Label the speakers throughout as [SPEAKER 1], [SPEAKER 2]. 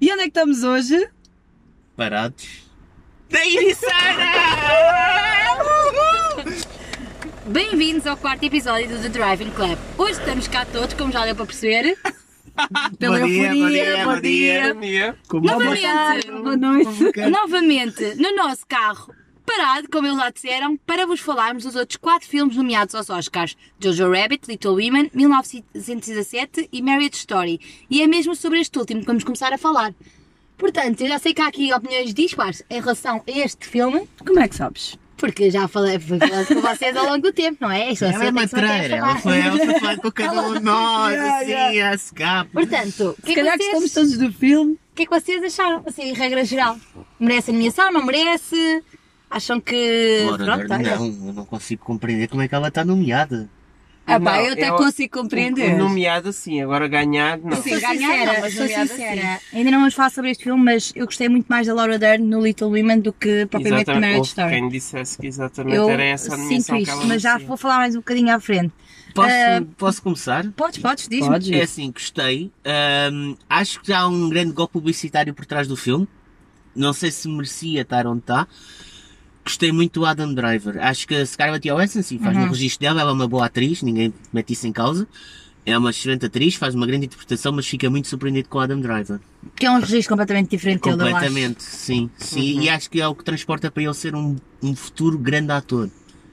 [SPEAKER 1] E onde é que estamos hoje?
[SPEAKER 2] Parados. Da Ericeira!
[SPEAKER 3] Bem-vindos ao quarto episódio do The Driving Club. Hoje estamos cá todos, como já deu para perceber.
[SPEAKER 1] Pela
[SPEAKER 2] Bom dia, Então, bom dia,
[SPEAKER 1] euforia,
[SPEAKER 2] bom dia. Como
[SPEAKER 3] Novamente,
[SPEAKER 1] Boa noite.
[SPEAKER 3] é novamente, no nosso carro parado, como eles lá disseram, para vos falarmos dos outros quatro filmes nomeados aos Oscars: Jojo Rabbit, Little Women, 1917 e Marriage Story. E é mesmo sobre este último que vamos começar a falar. Portanto, eu já sei que há aqui opiniões dispares em relação a este filme,
[SPEAKER 1] Como é que sabes?
[SPEAKER 3] porque já falei, fui falando com vocês ao longo do tempo, não é? Isto
[SPEAKER 2] Ela é
[SPEAKER 3] vocês têm que se manter a
[SPEAKER 2] matreira, ela
[SPEAKER 3] falar.
[SPEAKER 2] foi, ela foi falar com cada um de nós,
[SPEAKER 1] Yeah,
[SPEAKER 2] assim,
[SPEAKER 1] yeah.
[SPEAKER 2] a escape.
[SPEAKER 3] Portanto, o que
[SPEAKER 1] Se
[SPEAKER 3] é que
[SPEAKER 1] calhar
[SPEAKER 3] vocês-
[SPEAKER 1] gostamos todos do filme.
[SPEAKER 3] O que é que vocês acharam? Assim, regra geral. Merece a nomeação? Não merece? Acham que.
[SPEAKER 2] Ora,
[SPEAKER 3] Pronto,
[SPEAKER 2] não,
[SPEAKER 3] olha.
[SPEAKER 2] eu não consigo compreender como é que ela está nomeada.
[SPEAKER 3] Ah, pá,
[SPEAKER 4] Não,
[SPEAKER 3] eu até
[SPEAKER 4] eu-
[SPEAKER 3] consigo compreender.
[SPEAKER 4] Nomeado sim, agora ganhado não.
[SPEAKER 3] Sim,
[SPEAKER 1] Sou
[SPEAKER 3] ganhar,
[SPEAKER 1] sincera,
[SPEAKER 3] não, mas
[SPEAKER 1] sou
[SPEAKER 3] nomeada,
[SPEAKER 1] sincera.
[SPEAKER 3] Ainda não vamos falar sobre este filme, mas eu gostei muito mais da Laura Dern no Little Women do que propriamente de Marriage
[SPEAKER 4] houve
[SPEAKER 3] Story.
[SPEAKER 4] Quem dissesse que exatamente
[SPEAKER 3] Eu
[SPEAKER 4] era essa a
[SPEAKER 3] sinto
[SPEAKER 4] nomeação que
[SPEAKER 3] isto,
[SPEAKER 4] ela
[SPEAKER 3] mas já
[SPEAKER 4] merecia.
[SPEAKER 3] vou falar mais um bocadinho à frente.
[SPEAKER 2] Posso,
[SPEAKER 3] Ah,
[SPEAKER 2] posso começar?
[SPEAKER 3] Podes, podes, diz-me.
[SPEAKER 1] Podes.
[SPEAKER 2] É assim, gostei. Ahm, acho que já há um grande golpe publicitário por trás do filme. Não sei se merecia estar onde está. Gostei muito do Adam Driver. Acho que a Scarlett Johansson, sim, faz
[SPEAKER 3] Uhum.
[SPEAKER 2] no registro dela, ela é uma boa atriz, ninguém mete isso em causa. É uma excelente atriz, faz uma grande interpretação, mas fica muito surpreendido com o Adam Driver.
[SPEAKER 3] Que é um registro completamente diferente dele, eu acho. Uhum.
[SPEAKER 2] Completamente, sim. sim. E acho que é o que transporta para ele ser um, um futuro grande ator.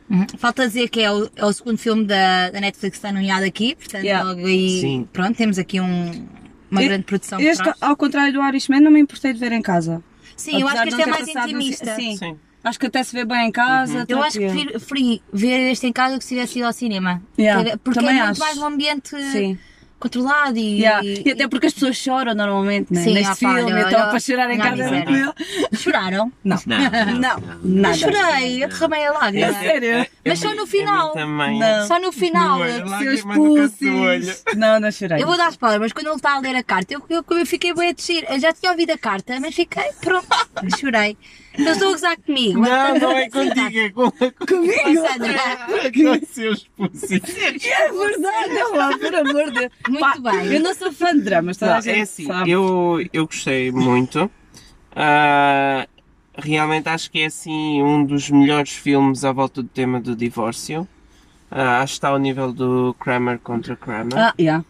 [SPEAKER 3] Uhum. Falta dizer que é o, é o segundo filme da, da Netflix que está nomeado aqui, portanto,
[SPEAKER 1] Yeah.
[SPEAKER 3] logo aí.
[SPEAKER 2] Sim.
[SPEAKER 3] Pronto, temos aqui um- uma
[SPEAKER 1] E-
[SPEAKER 3] grande produção. por
[SPEAKER 1] Este,
[SPEAKER 3] trás.
[SPEAKER 1] ao contrário do Irishman, não me importei de ver em casa.
[SPEAKER 3] Sim, eu acho
[SPEAKER 1] Apesar
[SPEAKER 3] que
[SPEAKER 1] de
[SPEAKER 3] este
[SPEAKER 1] não
[SPEAKER 3] é
[SPEAKER 1] ter
[SPEAKER 3] mais
[SPEAKER 1] passado no ci-
[SPEAKER 3] intimista.
[SPEAKER 1] Sim.
[SPEAKER 4] Sim.
[SPEAKER 1] Acho que até se vê bem em casa.
[SPEAKER 4] Uhum.
[SPEAKER 3] Eu acho que
[SPEAKER 1] tranquilo.
[SPEAKER 3] prefiro- preferi ver este em casa do que se tivesse ido ao cinema.
[SPEAKER 1] Yeah,
[SPEAKER 3] Porque
[SPEAKER 1] também
[SPEAKER 3] é muito
[SPEAKER 1] acho.
[SPEAKER 3] mais um ambiente
[SPEAKER 1] Sim.
[SPEAKER 3] controlado e.
[SPEAKER 1] Yeah.
[SPEAKER 3] e-
[SPEAKER 1] E até porque as pessoas choram normalmente, né?
[SPEAKER 3] Sim,
[SPEAKER 1] neste
[SPEAKER 3] opa,
[SPEAKER 1] filme,
[SPEAKER 3] olha,
[SPEAKER 1] então
[SPEAKER 3] olha,
[SPEAKER 1] para chorar em
[SPEAKER 3] não
[SPEAKER 1] casa é
[SPEAKER 3] disseram.
[SPEAKER 1] tranquilo.
[SPEAKER 3] Choraram.
[SPEAKER 1] Não,
[SPEAKER 2] Não,
[SPEAKER 1] não,
[SPEAKER 2] não,
[SPEAKER 3] Eu
[SPEAKER 1] nada.
[SPEAKER 3] chorei, eu derramei a lágrima.
[SPEAKER 1] É sério?
[SPEAKER 3] Mas só no final.
[SPEAKER 4] Também.
[SPEAKER 1] Não.
[SPEAKER 3] Só no final.
[SPEAKER 4] Não é lá.
[SPEAKER 1] Seus
[SPEAKER 4] Lágrima no canto do
[SPEAKER 1] pussies. Não, não chorei.
[SPEAKER 3] Eu vou dar spoiler, mas quando ele está a ler a carta, eu, eu, eu fiquei bem a descer. Eu já tinha ouvido a carta, mas fiquei, pronto, chorei. Não estou a gozar comigo.
[SPEAKER 4] Não, não é contigo, é com
[SPEAKER 3] Com a Sandra.
[SPEAKER 4] aqueles seus pussis.
[SPEAKER 1] É verdade, não, lá, por amor de Deus.
[SPEAKER 3] Muito bem.
[SPEAKER 1] Eu não sou fã de dramas, toda
[SPEAKER 4] Não,
[SPEAKER 1] a gente
[SPEAKER 4] é assim,
[SPEAKER 1] sabe.
[SPEAKER 4] eu, eu gostei muito. Ah, realmente acho que é assim um dos melhores filmes à volta do tema do divórcio. Ah, acho que está ao nível do Kramer contra Kramer.
[SPEAKER 1] Ah, yeah.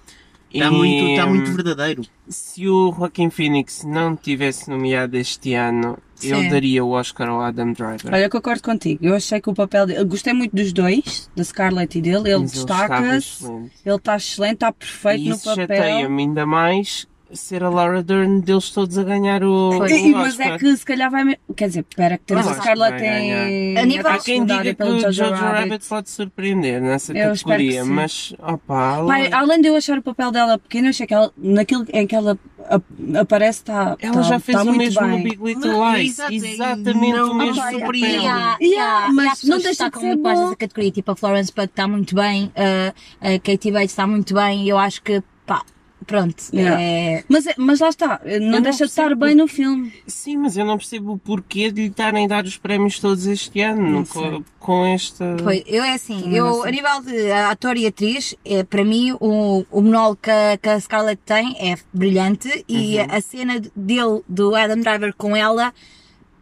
[SPEAKER 2] Está tá muito, está
[SPEAKER 4] hum,
[SPEAKER 2] muito verdadeiro.
[SPEAKER 4] Se o Joaquin Phoenix não tivesse nomeado este ano,
[SPEAKER 3] Sim.
[SPEAKER 4] eu daria o Oscar ao Adam Driver.
[SPEAKER 1] Olha, eu concordo contigo. Eu achei que o papel dele. eu Gostei muito dos dois, da Scarlett e dele. Ele
[SPEAKER 4] Mas estava
[SPEAKER 1] destaca-se.
[SPEAKER 4] excelente.
[SPEAKER 1] Ele está excelente, está perfeito
[SPEAKER 4] E
[SPEAKER 1] no
[SPEAKER 4] isso
[SPEAKER 1] papel.
[SPEAKER 4] chateia-me ainda mais ser a Laura Dern deles todos a ganhar o,
[SPEAKER 3] Pois.
[SPEAKER 4] o
[SPEAKER 1] E, mas
[SPEAKER 4] Oscar.
[SPEAKER 1] é que se calhar vai. me- Quer dizer, espera, que temos
[SPEAKER 4] Mas
[SPEAKER 1] a
[SPEAKER 4] acho
[SPEAKER 1] Scarlett
[SPEAKER 4] que vai
[SPEAKER 1] em.
[SPEAKER 3] ganhar. A nível-
[SPEAKER 4] Há quem diga
[SPEAKER 1] secundária
[SPEAKER 4] que o Jojo Rabbit, pode surpreender nessa
[SPEAKER 1] Eu espero que
[SPEAKER 4] categoria,
[SPEAKER 1] sim. ah,
[SPEAKER 4] mas opá, ela,
[SPEAKER 1] Pai, além de eu achar o papel dela pequeno, eu achei que ela, naquilo em que ela ap- aparece está.
[SPEAKER 4] ela
[SPEAKER 1] está-
[SPEAKER 4] já fez
[SPEAKER 1] está tá,
[SPEAKER 4] o
[SPEAKER 1] muito
[SPEAKER 4] mesmo
[SPEAKER 1] bem.
[SPEAKER 4] no Big Little
[SPEAKER 2] Não,
[SPEAKER 4] Lies,
[SPEAKER 2] exato,
[SPEAKER 4] exatamente
[SPEAKER 2] não
[SPEAKER 4] o
[SPEAKER 2] me
[SPEAKER 4] mesmo papel.
[SPEAKER 2] surpreende.
[SPEAKER 3] E há-
[SPEAKER 1] Yeah,
[SPEAKER 3] e há-
[SPEAKER 1] mas
[SPEAKER 3] e há
[SPEAKER 1] não
[SPEAKER 3] pessoas que
[SPEAKER 1] deixa de
[SPEAKER 3] destacam
[SPEAKER 1] ser
[SPEAKER 3] muito mais
[SPEAKER 1] bom.
[SPEAKER 3] essa categoria, tipo a Florence Pugh está muito bem, a- a Katie Bates está muito bem, e eu acho que, pá, pronto,
[SPEAKER 1] Yeah.
[SPEAKER 3] é...
[SPEAKER 1] Mas, é- mas lá está, não,
[SPEAKER 4] não
[SPEAKER 1] deixa de estar
[SPEAKER 4] percebo
[SPEAKER 1] bem no filme.
[SPEAKER 4] Sim, mas eu não percebo o porquê de lhe estarem a dar os prémios todos este ano, com, com esta...
[SPEAKER 3] Pois, eu é assim,
[SPEAKER 1] Também não
[SPEAKER 3] eu,
[SPEAKER 1] sei.
[SPEAKER 3] a nível de eh, ator e atriz, é, para mim o, o monólogo que, a- que a Scarlett tem é brilhante e
[SPEAKER 1] Uhum.
[SPEAKER 3] a cena dele, do Adam Driver com ela,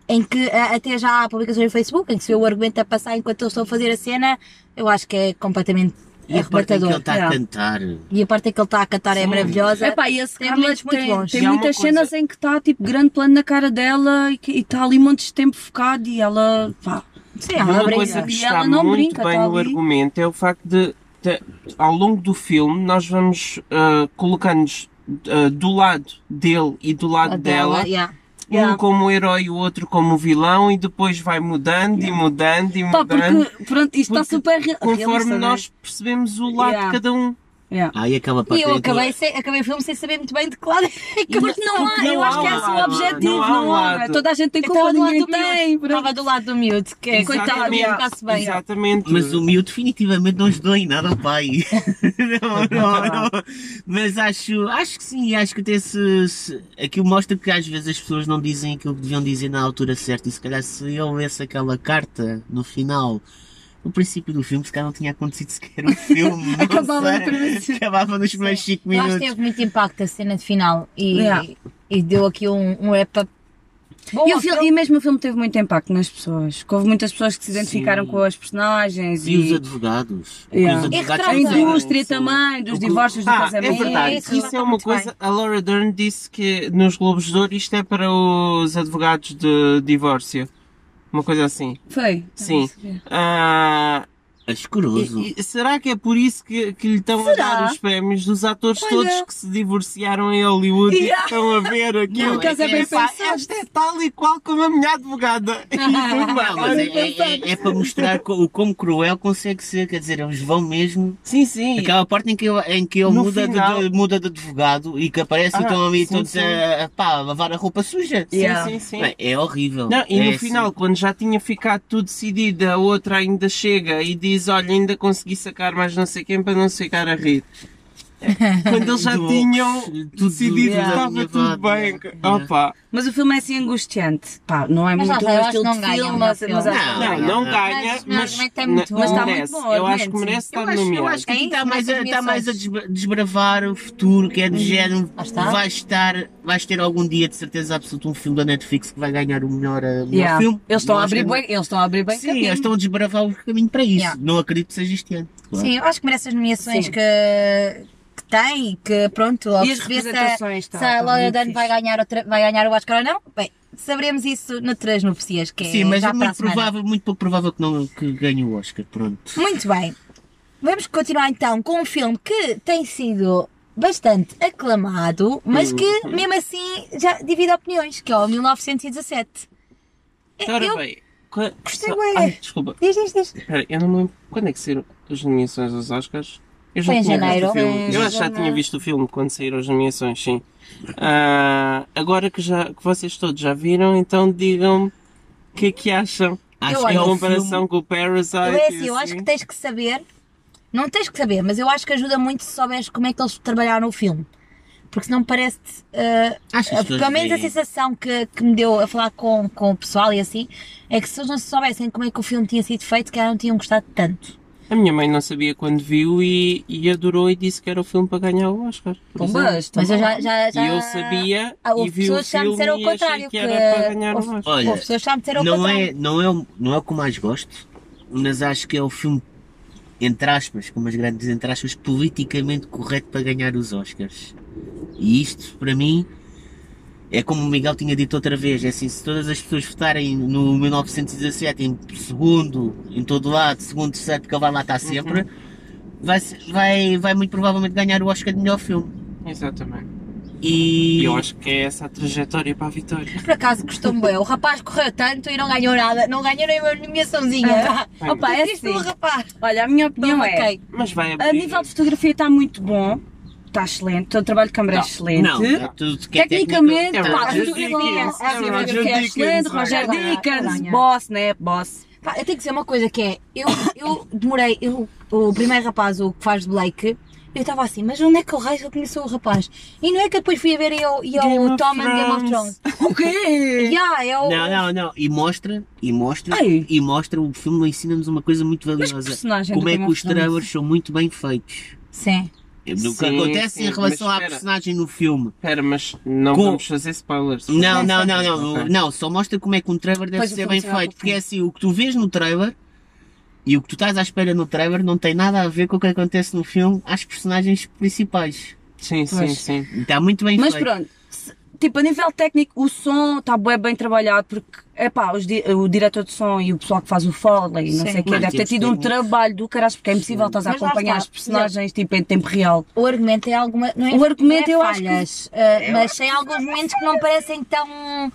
[SPEAKER 3] em que a- até já há publicações no Facebook, em que se vê o argumento a passar enquanto eu estou a fazer a cena, eu acho que é completamente
[SPEAKER 2] E a parte em que
[SPEAKER 3] arrebatador.
[SPEAKER 2] ele está a
[SPEAKER 1] Yeah.
[SPEAKER 2] cantar.
[SPEAKER 3] E a parte em que ele está a cantar é
[SPEAKER 4] Sim.
[SPEAKER 3] maravilhosa.
[SPEAKER 1] Epá, e a Scarlett
[SPEAKER 3] momentos muito
[SPEAKER 1] tem,
[SPEAKER 3] bons.
[SPEAKER 1] tem
[SPEAKER 4] E há uma
[SPEAKER 1] muitas
[SPEAKER 4] coisa-
[SPEAKER 1] cenas em que está tipo grande plano na cara dela e que- e está ali montes de tempo focado e ela. Pá,
[SPEAKER 3] Sim,
[SPEAKER 4] E
[SPEAKER 3] ela
[SPEAKER 4] uma
[SPEAKER 3] brinca.
[SPEAKER 4] coisa que
[SPEAKER 1] E
[SPEAKER 4] está
[SPEAKER 1] ela não
[SPEAKER 4] muito
[SPEAKER 1] brinca,
[SPEAKER 4] bem
[SPEAKER 1] está
[SPEAKER 4] no
[SPEAKER 1] ali.
[SPEAKER 4] argumento é o facto de, de- ao longo do filme, nós vamos ah, colocando-nos ah, do lado dele e do lado
[SPEAKER 3] A
[SPEAKER 4] dela,
[SPEAKER 3] yeah.
[SPEAKER 4] um
[SPEAKER 1] yeah.
[SPEAKER 4] como herói e o outro como vilão, e depois vai mudando e mudando e
[SPEAKER 1] pá
[SPEAKER 4] mudando,
[SPEAKER 1] porque pronto, isto está
[SPEAKER 4] Porque
[SPEAKER 1] super re- realista,
[SPEAKER 4] conforme
[SPEAKER 1] né?
[SPEAKER 4] nós percebemos o lado
[SPEAKER 1] Yeah.
[SPEAKER 4] de cada um.
[SPEAKER 1] Yeah.
[SPEAKER 2] Aí acaba a
[SPEAKER 3] E
[SPEAKER 2] parte
[SPEAKER 3] eu
[SPEAKER 2] em que ele-
[SPEAKER 3] acabei, sem, acabei o filme sem saber muito bem de que lado é que assim
[SPEAKER 1] Porque não há,
[SPEAKER 4] Porque não
[SPEAKER 1] eu acho
[SPEAKER 4] há
[SPEAKER 1] que
[SPEAKER 4] um
[SPEAKER 1] esse é o
[SPEAKER 4] lado,
[SPEAKER 1] objetivo,
[SPEAKER 4] não há um
[SPEAKER 1] não há.
[SPEAKER 4] lado.
[SPEAKER 1] Toda a gente tem
[SPEAKER 3] Eu estava
[SPEAKER 1] culpa,
[SPEAKER 3] do lado
[SPEAKER 1] ninguém
[SPEAKER 3] do
[SPEAKER 1] tem.
[SPEAKER 3] miúdo.
[SPEAKER 1] pronto.
[SPEAKER 3] Estava do lado do miúdo, que é
[SPEAKER 4] Exatamente.
[SPEAKER 3] coitado, não ficasse bem.
[SPEAKER 4] Exatamente.
[SPEAKER 2] Mas o miúdo definitivamente não ajudou em nada ao pai. não, não, não. Mas acho, acho que sim, acho que até se, se- Aquilo mostra que às vezes as pessoas não dizem aquilo que deviam dizer na altura certa. E se calhar se eu lesse aquela carta no final o princípio do filme, se calhar não tinha acontecido sequer o filme. não
[SPEAKER 1] Acabava
[SPEAKER 2] sei.
[SPEAKER 1] no primeiro-
[SPEAKER 2] Acabava nos primeiros 5
[SPEAKER 3] Eu acho
[SPEAKER 2] minutos.
[SPEAKER 3] que teve muito impacto a cena de final e,
[SPEAKER 1] Yeah.
[SPEAKER 3] e deu aqui um, um wrap-up. Bom,
[SPEAKER 1] E, o filme- e mesmo o filme teve muito impacto nas pessoas. que Houve muitas pessoas que se identificaram
[SPEAKER 4] Sim.
[SPEAKER 1] com as
[SPEAKER 3] é
[SPEAKER 1] personagens
[SPEAKER 2] E os
[SPEAKER 1] e,
[SPEAKER 2] advogados. O que
[SPEAKER 1] Yeah.
[SPEAKER 2] os
[SPEAKER 3] E
[SPEAKER 2] advogados
[SPEAKER 1] a
[SPEAKER 3] retrata-
[SPEAKER 2] fizeram.
[SPEAKER 1] indústria
[SPEAKER 4] Sim.
[SPEAKER 1] também,
[SPEAKER 2] O
[SPEAKER 1] dos
[SPEAKER 2] que-
[SPEAKER 1] divórcios do
[SPEAKER 4] Ah, é
[SPEAKER 1] casamento.
[SPEAKER 4] verdade.
[SPEAKER 3] isso
[SPEAKER 4] Isso, é
[SPEAKER 3] está
[SPEAKER 4] uma
[SPEAKER 3] muito
[SPEAKER 4] coisa. A Laura Dern disse que nos Globos de Ouro isto é para os advogados de divórcio. Uma coisa assim.
[SPEAKER 1] Foi.
[SPEAKER 4] Sim. Ah,
[SPEAKER 2] É escuroso.
[SPEAKER 4] e- e será que é por isso que, que lhe estão a
[SPEAKER 1] Será?
[SPEAKER 4] dar os prémios dos atores
[SPEAKER 1] Olha.
[SPEAKER 4] todos que se divorciaram em Hollywood e que
[SPEAKER 1] Yeah.
[SPEAKER 4] estão a ver aquilo?
[SPEAKER 1] Por acaso é bem
[SPEAKER 4] Epá,
[SPEAKER 1] pensado.
[SPEAKER 4] esta é tal e qual como a minha advogada. E tudo mais.
[SPEAKER 2] Não, mas
[SPEAKER 1] Ah.
[SPEAKER 2] é, é- é- é para mostrar co- o como cruel consegue ser, quer dizer, eles vão mesmo.
[SPEAKER 4] Sim, sim.
[SPEAKER 2] Aquela parte em que ele, em que ele
[SPEAKER 4] No
[SPEAKER 2] muda, de-
[SPEAKER 4] final-
[SPEAKER 2] de, muda de advogado e que aparece
[SPEAKER 4] Ah,
[SPEAKER 2] e estão ali
[SPEAKER 4] sim,
[SPEAKER 2] todos
[SPEAKER 4] sim.
[SPEAKER 2] A, a- pá, a lavar a roupa suja.
[SPEAKER 4] Sim,
[SPEAKER 1] Yeah.
[SPEAKER 4] sim, sim.
[SPEAKER 2] Bem, é horrível.
[SPEAKER 4] Não, e
[SPEAKER 2] É
[SPEAKER 4] no
[SPEAKER 2] assim.
[SPEAKER 4] final, quando já tinha ficado tudo decidido, a outra ainda chega e diz: Olha, ainda consegui sacar mais não sei quem para não se ficar a rir. quando eles já
[SPEAKER 2] Do-
[SPEAKER 4] tinham
[SPEAKER 2] tudo-
[SPEAKER 4] decidido que
[SPEAKER 1] yeah,
[SPEAKER 4] estava tudo bem.
[SPEAKER 2] yeah, yeah.
[SPEAKER 4] Opa,
[SPEAKER 1] Mas o filme é assim angustiante. Pá, não é
[SPEAKER 3] Mas lá
[SPEAKER 1] muito o
[SPEAKER 3] está, eu
[SPEAKER 1] meu
[SPEAKER 3] acho que
[SPEAKER 1] estilo
[SPEAKER 3] não
[SPEAKER 1] de
[SPEAKER 3] ganha
[SPEAKER 1] filme,
[SPEAKER 3] o
[SPEAKER 1] mas,
[SPEAKER 3] melhor
[SPEAKER 1] mas
[SPEAKER 3] filme.
[SPEAKER 1] acho que
[SPEAKER 4] não,
[SPEAKER 2] não, não.
[SPEAKER 4] não ganha,
[SPEAKER 3] Mas, não,
[SPEAKER 4] mas,
[SPEAKER 3] argumento é
[SPEAKER 4] na-
[SPEAKER 3] muito bom.
[SPEAKER 1] Mas tá
[SPEAKER 4] merece.
[SPEAKER 1] muito bom,
[SPEAKER 4] Eu acho que
[SPEAKER 1] argumento,
[SPEAKER 4] merece
[SPEAKER 2] Eu
[SPEAKER 4] estar
[SPEAKER 2] acho, eu
[SPEAKER 4] nomeado.
[SPEAKER 2] acho que aqui
[SPEAKER 3] É
[SPEAKER 2] está
[SPEAKER 3] isso,
[SPEAKER 2] mais, a,
[SPEAKER 3] nessas
[SPEAKER 2] está mais a
[SPEAKER 3] nomeações.
[SPEAKER 2] desbra- desbravar o futuro, que é do género.
[SPEAKER 3] Lá está.
[SPEAKER 2] Vais estar, vais ter algum dia de certeza absoluta um filme da Netflix que vai ganhar o melhor, eh, melhor
[SPEAKER 1] Yeah.
[SPEAKER 2] filme.
[SPEAKER 1] Eles estão
[SPEAKER 2] Não
[SPEAKER 1] a
[SPEAKER 2] acho
[SPEAKER 1] abrir
[SPEAKER 2] que- é
[SPEAKER 1] bem, eles estão a abrir bem
[SPEAKER 2] Sim,
[SPEAKER 1] caminho.
[SPEAKER 2] eles estão a desbravar o caminho para isso.
[SPEAKER 3] Yeah.
[SPEAKER 2] Não acredito que seja este ano. claro.
[SPEAKER 3] Sim, eu acho que merece as nomeações
[SPEAKER 1] Sim.
[SPEAKER 3] que, que tem e que pronto, logo
[SPEAKER 1] E as
[SPEAKER 3] se vê se a,
[SPEAKER 1] representações, tá,
[SPEAKER 3] se a
[SPEAKER 1] tá
[SPEAKER 3] Laura
[SPEAKER 1] muito
[SPEAKER 3] Dern vai
[SPEAKER 1] fixe.
[SPEAKER 3] ganhar, outra, vai ganhar o Oscar ou não. Bem, saberemos isso noutras notícias que
[SPEAKER 2] Sim, mas
[SPEAKER 3] já
[SPEAKER 2] é
[SPEAKER 3] para a
[SPEAKER 2] muito
[SPEAKER 3] semana.
[SPEAKER 2] provável, muito pouco provável que, não, que ganhe o Oscar, pronto.
[SPEAKER 3] Muito bem. Vamos continuar então com um filme que tem sido bastante aclamado, mas que
[SPEAKER 2] Uhum.
[SPEAKER 3] mesmo assim já divide opiniões, que é o 1917.
[SPEAKER 4] Ora
[SPEAKER 3] eu-
[SPEAKER 4] bem, co-
[SPEAKER 3] Gostei
[SPEAKER 4] só-
[SPEAKER 3] bué.
[SPEAKER 4] Ai, desculpa.
[SPEAKER 3] Diz, diz, diz.
[SPEAKER 4] Espera, eu não me lembro. Quando é que saíram as nomeações aos Oscars? Eu já
[SPEAKER 3] Foi em
[SPEAKER 4] tinha
[SPEAKER 3] janeiro.
[SPEAKER 4] visto o filme.
[SPEAKER 1] Foi em
[SPEAKER 4] Eu acho que já
[SPEAKER 1] janeiro.
[SPEAKER 4] tinha visto o filme quando saíram as nomeações, sim. Ah, agora que, já, que vocês todos já viram, então digam-me o que é que acham
[SPEAKER 2] Acho
[SPEAKER 3] Eu
[SPEAKER 2] que
[SPEAKER 4] em
[SPEAKER 2] é
[SPEAKER 3] olho-
[SPEAKER 2] o
[SPEAKER 4] comparação
[SPEAKER 2] filme.
[SPEAKER 4] com o Parasite.
[SPEAKER 3] Eu é assim,
[SPEAKER 4] e
[SPEAKER 3] eu acho que
[SPEAKER 4] assim.
[SPEAKER 3] tens que saber, não tens que saber, mas eu acho que ajuda muito se souberes como é que eles trabalharam o filme. Porque senão parece-te. ah,
[SPEAKER 2] Acho que as
[SPEAKER 3] ah,
[SPEAKER 2] pessoas
[SPEAKER 3] pelo menos a
[SPEAKER 2] veem.
[SPEAKER 3] sensação que, que me deu a falar com, com o pessoal e assim, é que se eles não soubessem como é que o filme tinha sido feito, que não tinham gostado tanto.
[SPEAKER 4] A minha mãe não sabia quando viu e, e adorou e disse que era o filme para ganhar o Oscar. por
[SPEAKER 2] é.
[SPEAKER 4] exemplo.
[SPEAKER 1] Bombas,
[SPEAKER 3] Mas eu já. já, já
[SPEAKER 4] E eu sabia
[SPEAKER 3] Ah, houve
[SPEAKER 4] e vi o
[SPEAKER 3] pessoas que já me
[SPEAKER 4] filme
[SPEAKER 3] disseram o
[SPEAKER 4] e achei
[SPEAKER 3] contrário,
[SPEAKER 4] que
[SPEAKER 3] que-
[SPEAKER 4] era para ganhar
[SPEAKER 3] houve-
[SPEAKER 4] o Oscar.
[SPEAKER 2] Olha,
[SPEAKER 3] Houve pessoas que já me disseram o
[SPEAKER 2] não
[SPEAKER 3] contrário.
[SPEAKER 2] é, não, é, o- não é o que eu mais gosto, mas acho que é o filme, entre aspas, com umas grandes entre aspas, politicamente correto para ganhar os Oscars. E isto, para mim, é como o Miguel tinha dito outra vez: é assim, se todas as pessoas votarem no 1917 em segundo, em todo lado, segundo, terceiro, porque ele vai lá estar sempre, vai, ser- vai, vai muito provavelmente ganhar o Oscar de melhor filme.
[SPEAKER 4] Exatamente.
[SPEAKER 2] E
[SPEAKER 4] E eu acho que é essa a trajetória para a vitória.
[SPEAKER 3] Por acaso costumo bem, o rapaz correu tanto e não ganhou nada, não ganhou nem uma nomeaçãozinha.
[SPEAKER 4] Ai,
[SPEAKER 1] Opa, é
[SPEAKER 3] Ah, Isto
[SPEAKER 1] assim.
[SPEAKER 3] o rapaz.
[SPEAKER 1] Olha, a minha opinião
[SPEAKER 3] Não,
[SPEAKER 1] é.
[SPEAKER 3] ok.
[SPEAKER 4] Mas vai abrir.
[SPEAKER 1] A nível de fotografia está muito bom, está excelente, o trabalho de câmara é
[SPEAKER 4] Não,
[SPEAKER 1] excelente.
[SPEAKER 2] não, é tudo que é
[SPEAKER 1] Tecnicamente,
[SPEAKER 4] É
[SPEAKER 2] técnico.
[SPEAKER 1] pá, a
[SPEAKER 4] Roger
[SPEAKER 1] fotografia,
[SPEAKER 4] Dickens,
[SPEAKER 1] a
[SPEAKER 4] é
[SPEAKER 1] fotografia
[SPEAKER 4] Roger
[SPEAKER 1] é
[SPEAKER 4] Dickens,
[SPEAKER 1] excelente,
[SPEAKER 4] vai.
[SPEAKER 1] Roger
[SPEAKER 3] Vai lá, vai
[SPEAKER 1] Dickens,
[SPEAKER 3] lá.
[SPEAKER 1] boss, né? Boss.
[SPEAKER 3] Pá, eu tenho que dizer uma coisa que é, eu, eu demorei, eu, o primeiro rapaz, o que faz de Blake, eu estava assim, mas onde é que o raio eu conheci o rapaz? E não é que eu depois fui a ver e eu, e eu
[SPEAKER 4] Game
[SPEAKER 3] o
[SPEAKER 4] of
[SPEAKER 3] Tom and Game of
[SPEAKER 4] Thrones.
[SPEAKER 3] Thrones.
[SPEAKER 1] O quê?
[SPEAKER 3] Yeah, é o,
[SPEAKER 2] Não, não, não. E mostra, e mostra,
[SPEAKER 1] Ai.
[SPEAKER 2] e mostra, o filme ensina-nos uma coisa muito
[SPEAKER 1] Mas que
[SPEAKER 2] valiosa.
[SPEAKER 1] personagem
[SPEAKER 2] Como
[SPEAKER 1] do
[SPEAKER 2] é
[SPEAKER 1] Game
[SPEAKER 2] que
[SPEAKER 1] of
[SPEAKER 2] os
[SPEAKER 1] Thrones?
[SPEAKER 2] trailers são muito bem feitos.
[SPEAKER 3] Sim.
[SPEAKER 2] O que
[SPEAKER 4] Sim,
[SPEAKER 2] acontece
[SPEAKER 4] sim,
[SPEAKER 2] em relação à
[SPEAKER 4] mas espera.
[SPEAKER 2] personagem no filme.
[SPEAKER 4] Espera, mas não
[SPEAKER 2] Com-
[SPEAKER 4] vamos fazer spoilers.
[SPEAKER 2] Não, não, não, não.
[SPEAKER 4] Ok.
[SPEAKER 2] Não, só mostra como é que um trailer deve
[SPEAKER 1] Pois, o
[SPEAKER 2] ser
[SPEAKER 1] filme
[SPEAKER 2] bem
[SPEAKER 1] será
[SPEAKER 2] feito.
[SPEAKER 1] pouco
[SPEAKER 2] Porque é assim, o que tu vês no trailer e o que tu estás à espera no trailer não tem nada a ver com o que acontece no filme às personagens principais.
[SPEAKER 4] Sim, sim,
[SPEAKER 1] Pois.
[SPEAKER 4] sim.
[SPEAKER 2] Está muito bem
[SPEAKER 1] Mas
[SPEAKER 2] feito.
[SPEAKER 1] pronto, se- tipo, a nível técnico, o som está bem, bem trabalhado, porque epá, os di- o diretor de som e o pessoal que faz o Foley e não
[SPEAKER 3] Sim.
[SPEAKER 1] sei o quê,
[SPEAKER 2] Mas
[SPEAKER 1] deve ter
[SPEAKER 2] temos
[SPEAKER 1] tido um
[SPEAKER 2] técnico.
[SPEAKER 1] trabalho do caralho, porque é impossível estás a
[SPEAKER 3] Mas lá
[SPEAKER 1] acompanhar
[SPEAKER 3] está.
[SPEAKER 1] as personagens tipo, em tempo real.
[SPEAKER 3] O argumento é alguma. Não é,
[SPEAKER 1] O argumento
[SPEAKER 3] não é
[SPEAKER 1] eu acho que-
[SPEAKER 3] falhas, ah, mas tem alguns momentos que não parecem tão.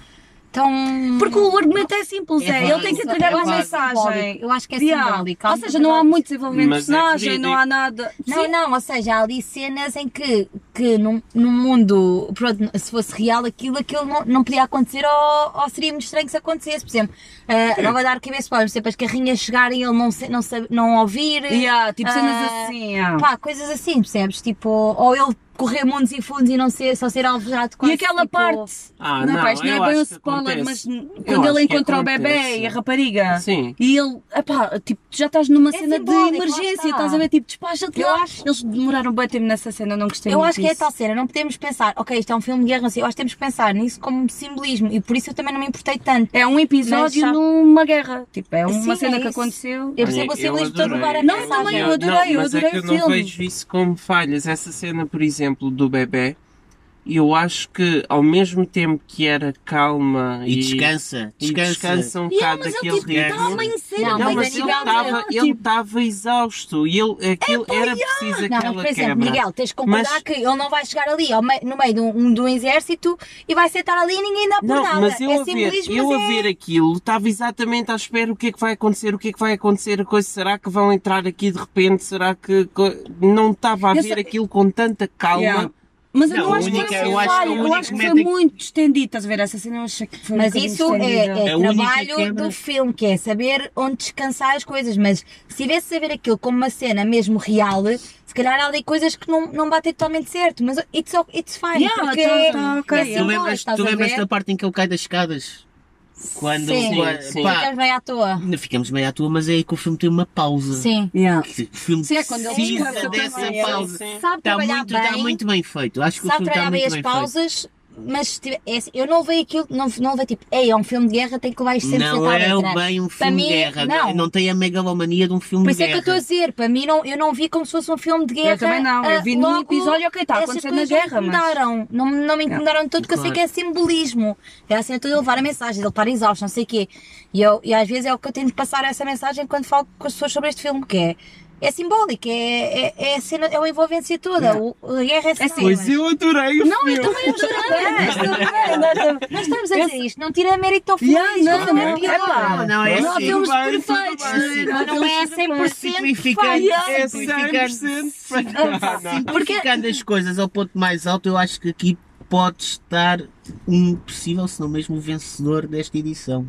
[SPEAKER 3] tão.
[SPEAKER 1] Porque o argumento é simples,
[SPEAKER 2] É
[SPEAKER 1] é, ele
[SPEAKER 2] válido,
[SPEAKER 1] tem que
[SPEAKER 2] é
[SPEAKER 1] entregar uma
[SPEAKER 2] válido.
[SPEAKER 1] mensagem.
[SPEAKER 3] Eu acho que é
[SPEAKER 1] Yeah.
[SPEAKER 3] simbólico.
[SPEAKER 1] Ou seja, não há muito desenvolvimento de
[SPEAKER 4] Mas é
[SPEAKER 1] personagem,
[SPEAKER 4] verídico.
[SPEAKER 1] não há nada.
[SPEAKER 3] Não, não, ou seja, há ali cenas em que, que num, num mundo, pronto, se fosse real aquilo, aquilo não, não podia acontecer ou, ou seria muito estranho que se acontecesse. Por exemplo, ah, não vai dar cabeça para exemplo, as carrinhas chegarem e ele não, se- não, sabe- não ouvir.
[SPEAKER 1] Yeah, tipo cenas
[SPEAKER 3] Ah,
[SPEAKER 1] assim. ah.
[SPEAKER 3] Pá, coisas assim, percebes? Tipo, ou ele correr mundos e fundos e não ser, só ser alvejado
[SPEAKER 1] E
[SPEAKER 3] quase,
[SPEAKER 1] aquela
[SPEAKER 3] tipo,
[SPEAKER 1] parte.
[SPEAKER 4] Ah,
[SPEAKER 1] não,
[SPEAKER 4] não,
[SPEAKER 1] pá, isto
[SPEAKER 4] eu
[SPEAKER 1] não é bem um
[SPEAKER 4] acho que
[SPEAKER 1] spoiler,
[SPEAKER 4] acontece.
[SPEAKER 1] mas
[SPEAKER 4] Eu
[SPEAKER 1] quando
[SPEAKER 4] acho
[SPEAKER 1] ele
[SPEAKER 4] que
[SPEAKER 1] encontra o bebê
[SPEAKER 4] acontece.
[SPEAKER 1] e a rapariga
[SPEAKER 4] Sim.
[SPEAKER 1] e ele, epá, tipo, tu já estás numa cena de
[SPEAKER 3] É simbólico, lá
[SPEAKER 1] emergência,
[SPEAKER 3] está.
[SPEAKER 1] estás a ver, tipo, despacha-te
[SPEAKER 3] Eu
[SPEAKER 1] lá.
[SPEAKER 3] acho-
[SPEAKER 1] Eles demoraram bem tempo nessa cena, não gostei
[SPEAKER 3] Eu
[SPEAKER 1] muito
[SPEAKER 3] acho que é a
[SPEAKER 1] disso.
[SPEAKER 3] tal cena, não podemos pensar, ok, isto é um filme de guerra, assim, eu acho que temos que pensar nisso como simbolismo e por isso eu também não me importei tanto.
[SPEAKER 1] É um episódio
[SPEAKER 3] Mas já-
[SPEAKER 1] numa guerra. Tipo, é uma
[SPEAKER 3] Sim,
[SPEAKER 1] cena
[SPEAKER 3] é
[SPEAKER 1] que
[SPEAKER 3] isso.
[SPEAKER 1] aconteceu.
[SPEAKER 3] Eu percebo
[SPEAKER 4] Olha,
[SPEAKER 3] o simbolismo de todo
[SPEAKER 4] adorei.
[SPEAKER 3] lugar a
[SPEAKER 1] Não,
[SPEAKER 3] mensagem.
[SPEAKER 1] também eu adorei, eu
[SPEAKER 4] não, mas
[SPEAKER 1] adorei
[SPEAKER 4] é que
[SPEAKER 1] o
[SPEAKER 4] eu não
[SPEAKER 1] filme.
[SPEAKER 4] vejo isso como falhas. Essa cena, por exemplo, do bebê, eu acho que ao mesmo tempo que era calma
[SPEAKER 2] E
[SPEAKER 4] e,
[SPEAKER 2] descansa,
[SPEAKER 4] e
[SPEAKER 2] descansa.
[SPEAKER 4] descansa um
[SPEAKER 1] Yeah,
[SPEAKER 4] bocado
[SPEAKER 1] mas ele
[SPEAKER 4] daquele
[SPEAKER 1] tipo,
[SPEAKER 4] ritmo.
[SPEAKER 1] está a amanhecer,
[SPEAKER 3] Não,
[SPEAKER 4] Não,
[SPEAKER 3] mas
[SPEAKER 4] mas
[SPEAKER 3] a
[SPEAKER 4] ele
[SPEAKER 3] nível de-
[SPEAKER 4] estava ele estava exausto e ele, aquilo era preciso
[SPEAKER 3] Não,
[SPEAKER 4] aquela
[SPEAKER 3] mas por exemplo,
[SPEAKER 4] quebra.
[SPEAKER 3] Miguel, tens de concordar
[SPEAKER 4] Mas-
[SPEAKER 3] que ele não vai chegar ali ao mei- no meio de um, de um exército e vai sentar ali e ninguém dá por
[SPEAKER 4] Não,
[SPEAKER 3] nada.
[SPEAKER 4] mas eu,
[SPEAKER 3] é
[SPEAKER 4] a, ver,
[SPEAKER 3] simbolismo,
[SPEAKER 4] eu
[SPEAKER 3] mas
[SPEAKER 4] a
[SPEAKER 3] é...
[SPEAKER 4] ver aquilo, estava exatamente à espera o que é que vai acontecer, o que é que vai acontecer, a coisa, será que vão entrar aqui de repente, será que... co- Não estava a
[SPEAKER 1] Eu
[SPEAKER 4] ver
[SPEAKER 1] sei-
[SPEAKER 4] aquilo com tanta calma.
[SPEAKER 1] Yeah. Mas eu
[SPEAKER 2] Não,
[SPEAKER 1] não,
[SPEAKER 2] o
[SPEAKER 1] acho que
[SPEAKER 2] único- é,
[SPEAKER 1] foi
[SPEAKER 2] eu
[SPEAKER 1] eu
[SPEAKER 2] acho que o
[SPEAKER 1] eu
[SPEAKER 2] único
[SPEAKER 1] acho que foi
[SPEAKER 2] momento em que-
[SPEAKER 1] muito estendido, estás a ver? Essa cena eu achei que foi um
[SPEAKER 3] Mas
[SPEAKER 1] bocadinho
[SPEAKER 3] isso é,
[SPEAKER 1] estendida.
[SPEAKER 3] é
[SPEAKER 2] A única
[SPEAKER 3] trabalho
[SPEAKER 2] quebra-
[SPEAKER 3] do filme, que é saber onde descansar as coisas. Mas se tivesse a ver aquilo como uma cena mesmo real, se calhar há ali coisas que não, não batem totalmente certo. Mas it's, o- it's fine,
[SPEAKER 1] Yeah,
[SPEAKER 3] porque
[SPEAKER 1] tá-
[SPEAKER 3] é-
[SPEAKER 1] tá ok.
[SPEAKER 3] é
[SPEAKER 1] Tu
[SPEAKER 2] Tu
[SPEAKER 3] simbólico,
[SPEAKER 2] lembras,
[SPEAKER 3] estás
[SPEAKER 2] tu
[SPEAKER 3] a
[SPEAKER 2] lembras
[SPEAKER 3] ver?
[SPEAKER 2] da parte em que ele cai das escadas? Quando.
[SPEAKER 3] Sim.
[SPEAKER 2] quando-
[SPEAKER 4] Sim, sim.
[SPEAKER 2] pá,
[SPEAKER 3] Ficas meio à toa.
[SPEAKER 2] ficamos meio à toa, mas é aí que o filme tem uma pausa.
[SPEAKER 3] Sim.
[SPEAKER 1] Yeah.
[SPEAKER 2] Que O filme
[SPEAKER 1] Sim, é quando ele
[SPEAKER 2] precisa
[SPEAKER 1] descansa
[SPEAKER 2] dessa
[SPEAKER 1] também, é.
[SPEAKER 2] pausa.
[SPEAKER 3] Sabe
[SPEAKER 2] Está
[SPEAKER 3] trabalhar
[SPEAKER 2] muito,
[SPEAKER 3] bem.
[SPEAKER 2] tá muito bem feito. Acho que o
[SPEAKER 3] sabe
[SPEAKER 2] filme está
[SPEAKER 3] trabalhar bem
[SPEAKER 2] muito
[SPEAKER 3] as
[SPEAKER 2] bem feito.
[SPEAKER 3] pausas, mas se tiver- é assim, eu não vejo aquilo, não, não vejo tipo, ei, é um filme de guerra, tem que levar isto sempre
[SPEAKER 2] Não
[SPEAKER 3] sentado
[SPEAKER 2] é
[SPEAKER 3] atrás.
[SPEAKER 2] o bem um
[SPEAKER 3] Para
[SPEAKER 2] filme
[SPEAKER 3] mim,
[SPEAKER 2] de guerra.
[SPEAKER 3] não.
[SPEAKER 2] Não. tem a megalomania de um filme
[SPEAKER 3] Por
[SPEAKER 2] de
[SPEAKER 3] isso é que
[SPEAKER 2] guerra.
[SPEAKER 3] eu estou a dizer, para mim não, eu não vi como se fosse um filme de guerra.
[SPEAKER 1] Eu também não, eu
[SPEAKER 3] ah,
[SPEAKER 1] vi num
[SPEAKER 3] logo,
[SPEAKER 1] episódio, ok, está a
[SPEAKER 3] essas
[SPEAKER 1] acontecer na
[SPEAKER 3] coisas
[SPEAKER 1] guerra,
[SPEAKER 3] não me
[SPEAKER 1] mas.
[SPEAKER 3] incomodaram, não, me- não me incomodaram de todo, porque eu sei
[SPEAKER 2] Claro.
[SPEAKER 3] que é simbolismo. É assim, eu estou a levar a mensagem, ele para exausto, não sei o quê. E, eu, e às vezes é o que eu tento passar essa mensagem quando falo com as pessoas sobre este filme, que é, é simbólico, é, é, é, a cena, é a envolvência toda, o, a guerra é sinal, mas-
[SPEAKER 4] Pois eu adorei o filme.
[SPEAKER 1] É,
[SPEAKER 3] É, Nós estamos a dizer isto, não tira mérito ao filme.
[SPEAKER 1] Yeah,
[SPEAKER 3] isto
[SPEAKER 1] não,
[SPEAKER 3] foi uma
[SPEAKER 1] não,
[SPEAKER 3] piada.
[SPEAKER 1] epá.
[SPEAKER 2] Não, não, é
[SPEAKER 1] Não há
[SPEAKER 2] assim.
[SPEAKER 1] filmes
[SPEAKER 4] Tudo bem, tudo
[SPEAKER 1] perfeitos,
[SPEAKER 2] bem.
[SPEAKER 1] não é?
[SPEAKER 3] Não é
[SPEAKER 2] Para
[SPEAKER 3] 100%
[SPEAKER 2] simplificar,
[SPEAKER 3] falha.
[SPEAKER 4] É
[SPEAKER 2] simplificar,
[SPEAKER 4] 100%
[SPEAKER 2] simplificar- simplificando as coisas ao ponto mais alto, eu acho que aqui pode estar um possível, se não mesmo, vencedor desta edição.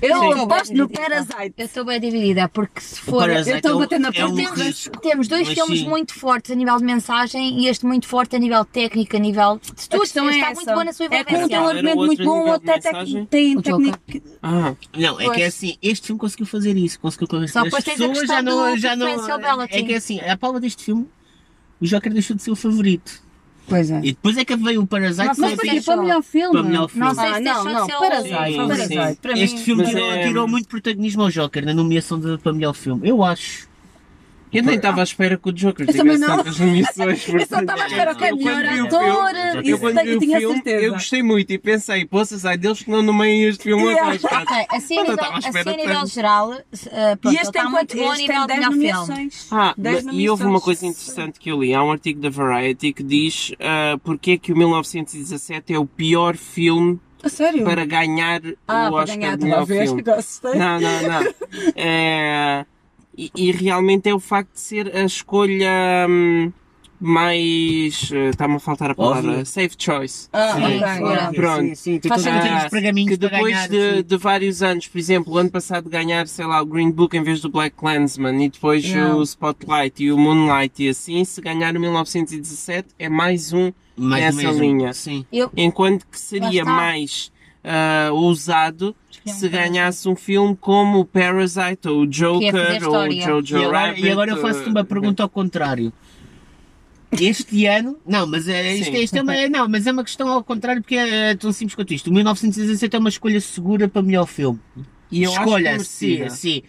[SPEAKER 1] Eu
[SPEAKER 3] Sim.
[SPEAKER 1] aposto no
[SPEAKER 3] Sim.
[SPEAKER 1] Parasite.
[SPEAKER 3] Eu estou bem dividida, porque se
[SPEAKER 2] O
[SPEAKER 3] for.
[SPEAKER 2] Parasite
[SPEAKER 1] estou
[SPEAKER 2] é um-
[SPEAKER 1] batendo na
[SPEAKER 2] é um
[SPEAKER 1] porta.
[SPEAKER 2] risco,
[SPEAKER 3] Temos dois
[SPEAKER 2] mas
[SPEAKER 3] filmes
[SPEAKER 2] sim.
[SPEAKER 3] muito fortes a nível de mensagem e este muito forte a nível técnico, a nível de
[SPEAKER 1] A questão
[SPEAKER 3] tudo. Está
[SPEAKER 1] é
[SPEAKER 3] muito
[SPEAKER 1] essa.
[SPEAKER 3] boa na sua
[SPEAKER 1] É que um tem um
[SPEAKER 3] envolvência.
[SPEAKER 4] Era
[SPEAKER 1] argumento
[SPEAKER 4] outro
[SPEAKER 1] muito bom,
[SPEAKER 4] nível de
[SPEAKER 1] outro até
[SPEAKER 4] mensagem.
[SPEAKER 1] tec- tem
[SPEAKER 3] O Joker.
[SPEAKER 1] técnica.
[SPEAKER 4] Ah,
[SPEAKER 2] Não, é que é assim, este filme conseguiu fazer isso, conseguiu convencer
[SPEAKER 3] Só
[SPEAKER 2] as
[SPEAKER 3] depois tens a
[SPEAKER 2] pessoas,
[SPEAKER 3] questão
[SPEAKER 2] já não,
[SPEAKER 3] do
[SPEAKER 2] já não,
[SPEAKER 3] preferential balloting.
[SPEAKER 2] é que é assim, a paula deste filme, o Joker deixou de ser o favorito.
[SPEAKER 1] Pois é.
[SPEAKER 2] E depois é que veio o Parasite,
[SPEAKER 3] Não sei
[SPEAKER 2] foi
[SPEAKER 1] Mas
[SPEAKER 3] se
[SPEAKER 2] assim,
[SPEAKER 1] para quê? Para o melhor filme?
[SPEAKER 2] Para o melhor filme.
[SPEAKER 3] Não sei
[SPEAKER 1] Ah,
[SPEAKER 3] se
[SPEAKER 1] não,
[SPEAKER 3] deixou
[SPEAKER 1] não,
[SPEAKER 3] de ser o-
[SPEAKER 1] Parasite,
[SPEAKER 4] Sim,
[SPEAKER 1] Parasite.
[SPEAKER 4] sim.
[SPEAKER 1] Para mim.
[SPEAKER 2] assim. Este filme
[SPEAKER 4] Mas
[SPEAKER 2] tirou,
[SPEAKER 4] é-
[SPEAKER 2] tirou muito protagonismo ao Joker na nomeação de, para melhor filme. Eu acho.
[SPEAKER 4] eu nem estava à espera que o Joker
[SPEAKER 1] Eu também
[SPEAKER 4] tivesse
[SPEAKER 1] não.
[SPEAKER 4] tantas nomeações.
[SPEAKER 1] Eu só estava à espera que é
[SPEAKER 4] Ah, Eu quando
[SPEAKER 1] melhor
[SPEAKER 4] vi o
[SPEAKER 1] ator.
[SPEAKER 2] filme-
[SPEAKER 1] Isso
[SPEAKER 4] Eu quando
[SPEAKER 1] daí
[SPEAKER 4] vi
[SPEAKER 1] eu
[SPEAKER 4] o
[SPEAKER 1] tinha
[SPEAKER 4] filme, eu
[SPEAKER 1] certeza.
[SPEAKER 4] gostei muito e pensei, poças, ai deles que não nomeiem este filme é
[SPEAKER 1] Yeah.
[SPEAKER 4] mais tarde.
[SPEAKER 3] Ok, assim a
[SPEAKER 4] Eu não
[SPEAKER 3] nível,
[SPEAKER 4] estava à espera
[SPEAKER 3] assim a
[SPEAKER 4] de
[SPEAKER 3] nível
[SPEAKER 4] tanto.
[SPEAKER 3] geral, eh, pronto,
[SPEAKER 1] E
[SPEAKER 3] ele
[SPEAKER 1] este
[SPEAKER 3] está
[SPEAKER 1] tem
[SPEAKER 3] muito
[SPEAKER 1] quanto?
[SPEAKER 3] bom a
[SPEAKER 1] Este tem
[SPEAKER 3] nível de
[SPEAKER 1] 10
[SPEAKER 3] melhor filme.
[SPEAKER 1] nomeações.
[SPEAKER 4] Ah,
[SPEAKER 1] Dez
[SPEAKER 4] e houve uma
[SPEAKER 1] nomeações.
[SPEAKER 4] coisa interessante que eu li. Há um artigo da Variety que diz ah, porque é que o 1917 é o pior filme
[SPEAKER 1] A sério?
[SPEAKER 4] para ganhar
[SPEAKER 1] Ah,
[SPEAKER 4] o
[SPEAKER 1] para
[SPEAKER 4] Oscar
[SPEAKER 1] ganhar, estava a
[SPEAKER 4] de é melhor
[SPEAKER 1] ver
[SPEAKER 4] filme.
[SPEAKER 1] que gostei.
[SPEAKER 4] Não, não, não. É, e, e realmente é o facto de ser a escolha hum, mais. eh, Está-me a faltar a palavra.
[SPEAKER 2] Óbvio.
[SPEAKER 4] Safe choice.
[SPEAKER 1] Ah,
[SPEAKER 2] Sim,
[SPEAKER 1] ok.
[SPEAKER 2] sim,
[SPEAKER 1] yeah.
[SPEAKER 2] sim,
[SPEAKER 4] Pronto.
[SPEAKER 2] Sim, sim, tem
[SPEAKER 3] Faz
[SPEAKER 2] todos
[SPEAKER 3] sentido.
[SPEAKER 2] aqueles pergaminhos
[SPEAKER 4] que
[SPEAKER 2] para
[SPEAKER 4] depois
[SPEAKER 2] ganhar.
[SPEAKER 4] de,
[SPEAKER 2] sim.
[SPEAKER 4] de vários anos, por exemplo, o ano passado ganhar, sei lá, o Green Book em vez do Black Clansman e depois
[SPEAKER 1] Yeah.
[SPEAKER 4] o Spotlight e o Moonlight e assim, se ganhar o 1917 é mais um
[SPEAKER 2] Mais
[SPEAKER 4] nessa
[SPEAKER 2] ou menos,
[SPEAKER 4] linha.
[SPEAKER 2] Sim.
[SPEAKER 3] Eu,
[SPEAKER 4] enquanto que
[SPEAKER 3] Lá
[SPEAKER 4] seria
[SPEAKER 3] está.
[SPEAKER 4] mais ah, ousado
[SPEAKER 3] é um
[SPEAKER 4] se
[SPEAKER 3] Parasite.
[SPEAKER 2] assim.
[SPEAKER 4] ganhasse um filme como o Parasite ou o Joker ou o
[SPEAKER 3] história.
[SPEAKER 4] Jojo
[SPEAKER 2] E agora,
[SPEAKER 4] Rabbit.
[SPEAKER 2] e agora eu faço-te uma
[SPEAKER 4] ah,
[SPEAKER 2] pergunta ao contrário. Este ano. Não, mas é, isto,
[SPEAKER 4] Sim.
[SPEAKER 2] isto é uma, não, mas é uma questão ao contrário, porque é tão simples quanto isto. O 1917 é uma escolha segura para melhor filme.
[SPEAKER 4] E eu acho
[SPEAKER 2] escolha,
[SPEAKER 4] que é
[SPEAKER 2] sim,
[SPEAKER 4] merecia.
[SPEAKER 2] sim.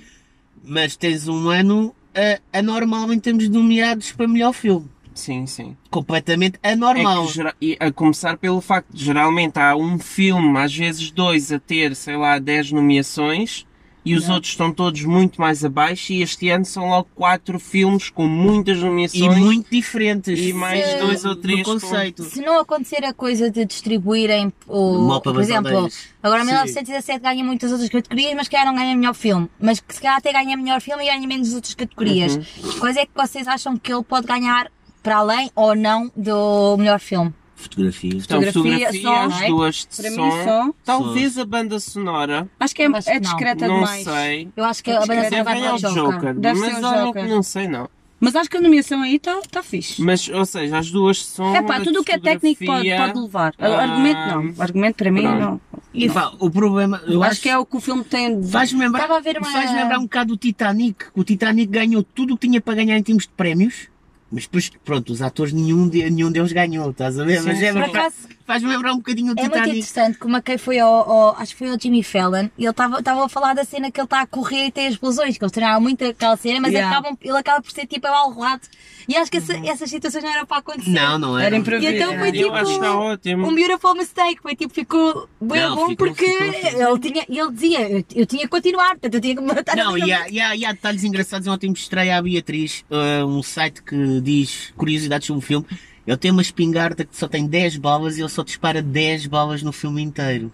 [SPEAKER 2] Mas tens um ano ah, anormal em termos de nomeados para melhor filme.
[SPEAKER 4] Sim, sim.
[SPEAKER 2] Completamente
[SPEAKER 4] É que
[SPEAKER 2] anormal.
[SPEAKER 4] gera- e a começar pelo facto de geralmente há um filme, às vezes dois, a ter, sei lá, 10 nomeações e os outros estão todos muito mais abaixo e este ano são logo quatro filmes com muitas
[SPEAKER 2] e
[SPEAKER 4] nomeações
[SPEAKER 2] muito diferentes.
[SPEAKER 4] e mais
[SPEAKER 3] Se-
[SPEAKER 4] dois ou três
[SPEAKER 2] do
[SPEAKER 4] com-
[SPEAKER 2] conceito.
[SPEAKER 3] se não acontecer a coisa de distribuírem, o,
[SPEAKER 2] Mal para
[SPEAKER 3] por exemplo, Agora,
[SPEAKER 2] Sim.
[SPEAKER 3] 1917 ganha muitas outras categorias, mas que calhar não ganha melhor filme. Mas que se calhar até ganha melhor filme e ganha menos outras categorias. Quais é que vocês acham que ele pode ganhar para além ou não do melhor filme?
[SPEAKER 2] Fotografia.
[SPEAKER 4] Então,
[SPEAKER 1] Fotografia,
[SPEAKER 4] fotografia,
[SPEAKER 1] som,
[SPEAKER 4] as
[SPEAKER 1] não é?
[SPEAKER 4] duas de
[SPEAKER 1] Para mim,
[SPEAKER 4] som.
[SPEAKER 1] som.
[SPEAKER 4] Talvez a banda sonora.
[SPEAKER 1] Acho que é,
[SPEAKER 3] Acho que
[SPEAKER 1] é
[SPEAKER 3] não.
[SPEAKER 1] discreta
[SPEAKER 4] Não
[SPEAKER 1] demais.
[SPEAKER 4] sei.
[SPEAKER 3] Eu acho que a
[SPEAKER 1] Acho que
[SPEAKER 3] banda
[SPEAKER 1] deve
[SPEAKER 3] sonora vai
[SPEAKER 4] Deve
[SPEAKER 3] para
[SPEAKER 4] ganhar
[SPEAKER 3] o
[SPEAKER 4] o
[SPEAKER 3] Joker.
[SPEAKER 4] Joker.
[SPEAKER 1] é Deve ser
[SPEAKER 4] mas
[SPEAKER 1] o
[SPEAKER 4] olha
[SPEAKER 1] Joker.
[SPEAKER 4] que não sei não.
[SPEAKER 1] Mas acho que a nomeação aí está tá fixe.
[SPEAKER 4] Mas, ou seja, as duas são.
[SPEAKER 1] É pá,
[SPEAKER 4] de
[SPEAKER 1] tudo o que é técnico pode,
[SPEAKER 4] fotografia.
[SPEAKER 1] pode levar. O
[SPEAKER 4] Ah,
[SPEAKER 1] argumento não. O argumento para mim
[SPEAKER 4] pronto.
[SPEAKER 1] não.
[SPEAKER 2] E pá, o problema. Eu
[SPEAKER 1] Acho que é o que o filme tem. de-
[SPEAKER 2] Faz-me lembrar,
[SPEAKER 3] Estava a ver uma-
[SPEAKER 2] faz lembrar um bocado o Titanic. O Titanic ganhou tudo o que tinha para ganhar em termos de prémios. Mas depois, pronto, os atores, nenhum, de- nenhum deles ganhou, estás a ver?
[SPEAKER 4] Sim,
[SPEAKER 2] Mas é,
[SPEAKER 4] sim.
[SPEAKER 3] Por
[SPEAKER 2] faz-
[SPEAKER 3] acaso,
[SPEAKER 2] faz-me lembrar um bocadinho o
[SPEAKER 3] É muito
[SPEAKER 2] Titanic.
[SPEAKER 3] interessante como a quem foi ao, ao- Acho que foi ao Jimmy Fallon e ele estava a falar da cena que ele está a correr e tem as explosões, que eles treinaram muito aquela cena, mas
[SPEAKER 1] Yeah.
[SPEAKER 3] acabam, ele acaba por ser tipo abalroado. E acho que essa- essas situações não eram para acontecer.
[SPEAKER 2] Não, não
[SPEAKER 1] Era
[SPEAKER 2] era.
[SPEAKER 1] imprevisto.
[SPEAKER 3] E então foi
[SPEAKER 1] Eu
[SPEAKER 3] tipo.
[SPEAKER 4] Eu acho que está ótimo.
[SPEAKER 3] Um beautiful mistake, foi tipo, ficou bem
[SPEAKER 2] Não,
[SPEAKER 3] bom
[SPEAKER 2] ficou-
[SPEAKER 3] porque
[SPEAKER 2] ficou-
[SPEAKER 3] ele tinha, ele dizia, eu, eu tinha que continuar, portanto eu tinha que matar
[SPEAKER 2] Não,
[SPEAKER 3] aquele-
[SPEAKER 2] e há, e, há, e há detalhes engraçados. é Ontem mostrei à Beatriz eh, um site que diz curiosidades sobre o filme. Ele tem uma espingarda que só tem 10 balas e ele só dispara 10 balas no filme inteiro.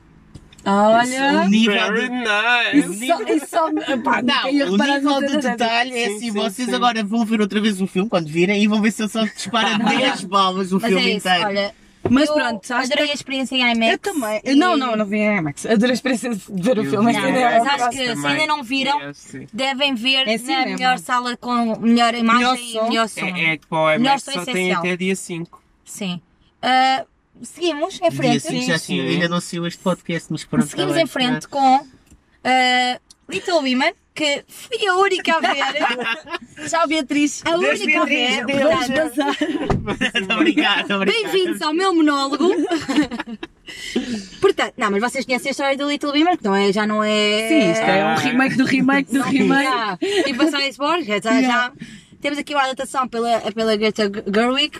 [SPEAKER 1] Olha.
[SPEAKER 2] O nível
[SPEAKER 4] Very
[SPEAKER 2] de,
[SPEAKER 4] nice.
[SPEAKER 1] Isso só. Isso só epá,
[SPEAKER 2] Não,
[SPEAKER 1] tenho
[SPEAKER 2] o
[SPEAKER 1] reparado
[SPEAKER 2] nível
[SPEAKER 1] nada
[SPEAKER 2] de
[SPEAKER 1] dessa-
[SPEAKER 2] detalhe é
[SPEAKER 4] Sim,
[SPEAKER 2] assim,
[SPEAKER 4] sim,
[SPEAKER 2] vocês
[SPEAKER 4] sim.
[SPEAKER 2] agora vão ver outra vez o filme quando virem e vão ver se ele só dispara
[SPEAKER 4] é
[SPEAKER 2] 10 balas o
[SPEAKER 3] Mas
[SPEAKER 2] um filme
[SPEAKER 3] é isso,
[SPEAKER 2] inteiro.
[SPEAKER 3] olha.
[SPEAKER 1] Mas
[SPEAKER 3] eu
[SPEAKER 1] pronto, acho
[SPEAKER 3] adorei
[SPEAKER 1] que-
[SPEAKER 3] a experiência em IMAX.
[SPEAKER 1] Eu também.
[SPEAKER 3] e-
[SPEAKER 1] Não, não, não vi a IMAX. Adorei a experiência de ver o
[SPEAKER 4] Eu
[SPEAKER 1] filme.
[SPEAKER 4] vi
[SPEAKER 1] em
[SPEAKER 4] a
[SPEAKER 3] Não,
[SPEAKER 1] cinema.
[SPEAKER 3] assim, né? mas
[SPEAKER 4] IMAX
[SPEAKER 3] acho que se
[SPEAKER 4] também. É, assim.
[SPEAKER 3] ainda não viram,
[SPEAKER 4] Yes, sim.
[SPEAKER 3] devem ver
[SPEAKER 1] É
[SPEAKER 3] na
[SPEAKER 1] cinema.
[SPEAKER 3] melhor sala com melhor imagem
[SPEAKER 1] Melhor
[SPEAKER 3] e
[SPEAKER 1] som.
[SPEAKER 3] melhor som.
[SPEAKER 4] É, é que para o IMAX
[SPEAKER 3] som
[SPEAKER 4] só tem
[SPEAKER 3] essencial.
[SPEAKER 4] até dia 5.
[SPEAKER 3] Sim. Ah, seguimos em
[SPEAKER 2] Dia
[SPEAKER 3] frente.
[SPEAKER 2] cinco já
[SPEAKER 4] Sim,
[SPEAKER 2] saiu,
[SPEAKER 4] sim.
[SPEAKER 2] ainda não saiu este podcast, mas pronto.
[SPEAKER 3] Seguimos
[SPEAKER 2] tá
[SPEAKER 3] em
[SPEAKER 2] bem.
[SPEAKER 3] frente com ah, Little Women, que fui a única a ver.
[SPEAKER 1] Tchau, Beatriz.
[SPEAKER 3] A única a ver.
[SPEAKER 1] Vamos
[SPEAKER 3] portanto,
[SPEAKER 1] dançar.
[SPEAKER 2] obrigado, obrigado.
[SPEAKER 3] Bem-vindos ao meu monólogo. Portanto, não, mas vocês conhecem a história do Little Women, que não é, já não é.
[SPEAKER 1] Sim, isto é um remake do remake do remake.
[SPEAKER 3] Yeah. Tipo a Science Borg, já, já- já. Temos aqui uma adaptação pela, pela Greta Gerwig.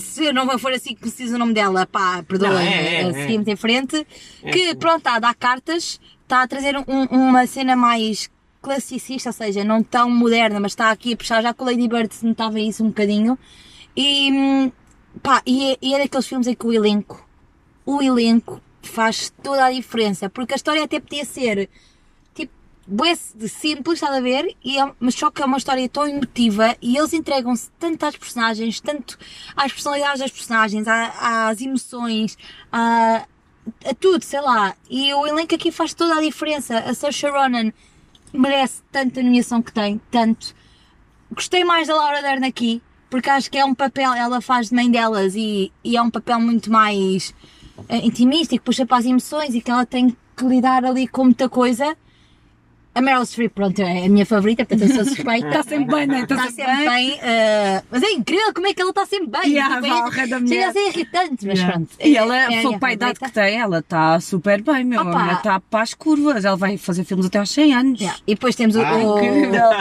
[SPEAKER 3] Se eu não for assim que preciso o nome dela, pá,
[SPEAKER 4] Não,
[SPEAKER 3] perdoa,
[SPEAKER 4] é, é,
[SPEAKER 3] eh,
[SPEAKER 4] é.
[SPEAKER 3] seguimos em frente.
[SPEAKER 4] É,
[SPEAKER 3] que
[SPEAKER 4] sim.
[SPEAKER 3] pronto, está a dar cartas, está a trazer um- uma cena mais classicista, ou seja, não tão moderna, mas está aqui a puxar já com o Lady Bird se notava isso um bocadinho. E hum, pá, e é, e é daqueles filmes em que o elenco, o elenco faz toda a diferença, porque a história até podia ser tipo bué de simples, estás a ver? E é, mas só que é uma história tão emotiva e eles entregam-se tanto às personagens, tanto às personalidades das personagens, à- às emoções, à- a tudo, sei lá. E o elenco aqui faz toda a diferença. A Saoirse Ronan merece tanta nomeação que tem, tanto. Gostei mais da Laura Dern aqui, porque acho que é um papel, ela faz de mãe delas e, e é um papel muito mais eh, intimista e que puxa para as emoções e que ela tem que lidar ali com muita coisa. A Meryl Streep, pronto, é a minha favorita, portanto eu sou suspeita.
[SPEAKER 1] Está sempre bem, não é?
[SPEAKER 3] Está sempre bem, eh, mas é incrível como é que ela está sempre bem.
[SPEAKER 1] Yeah,
[SPEAKER 3] Tipo, é-
[SPEAKER 1] vá, rei da
[SPEAKER 3] chega a
[SPEAKER 1] mulher.
[SPEAKER 3] ser irritante, mas
[SPEAKER 1] Yeah.
[SPEAKER 3] pronto.
[SPEAKER 1] E
[SPEAKER 3] É-
[SPEAKER 1] ela,
[SPEAKER 3] é a
[SPEAKER 1] foi
[SPEAKER 3] minha
[SPEAKER 1] para a idade
[SPEAKER 3] favorita.
[SPEAKER 1] que tem, ela está super bem, meu.
[SPEAKER 3] Opa.
[SPEAKER 1] Ela está para as curvas. Ela vai fazer filmes até aos 100 anos.
[SPEAKER 3] Yeah. E depois temos o.
[SPEAKER 2] Ai,
[SPEAKER 3] o-
[SPEAKER 2] Já pá,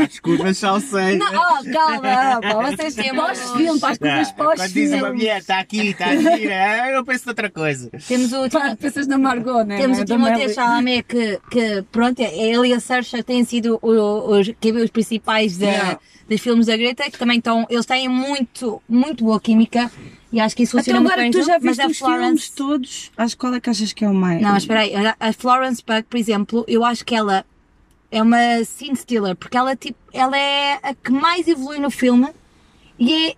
[SPEAKER 2] Ah, desculpa, só sei. né?
[SPEAKER 3] Não, oh, calma, pá, vocês temos.
[SPEAKER 1] Pós-filme, para as curvas
[SPEAKER 2] Ah, Quando diz uma
[SPEAKER 1] pós-filme.
[SPEAKER 2] mulher, está aqui, está aqui, né? eu penso noutra coisa.
[SPEAKER 3] Temos o,
[SPEAKER 1] Pá, Pensas na Margot, né?
[SPEAKER 3] temos o
[SPEAKER 1] Da
[SPEAKER 3] Timothée
[SPEAKER 1] Melly.
[SPEAKER 3] Chalamet, que, que pronto, é- ele e a Saoirse têm sido o- o- os, quem vê os principais da,
[SPEAKER 1] Yeah.
[SPEAKER 3] dos filmes da Greta, que também estão. Eles têm muito, muito boa química e acho que isso
[SPEAKER 1] Então
[SPEAKER 3] funciona
[SPEAKER 1] agora
[SPEAKER 3] muito
[SPEAKER 1] tu
[SPEAKER 3] bem.
[SPEAKER 1] já
[SPEAKER 3] mas
[SPEAKER 1] viste
[SPEAKER 3] a
[SPEAKER 1] os filmes
[SPEAKER 3] Florence.
[SPEAKER 1] todos. Acho qual é que achas que é o mais.
[SPEAKER 3] Não, mas espera aí, olha, a Florence Pugh, por exemplo, eu acho que ela é uma scene stealer, porque ela, tipo, ela é a que mais evolui no filme e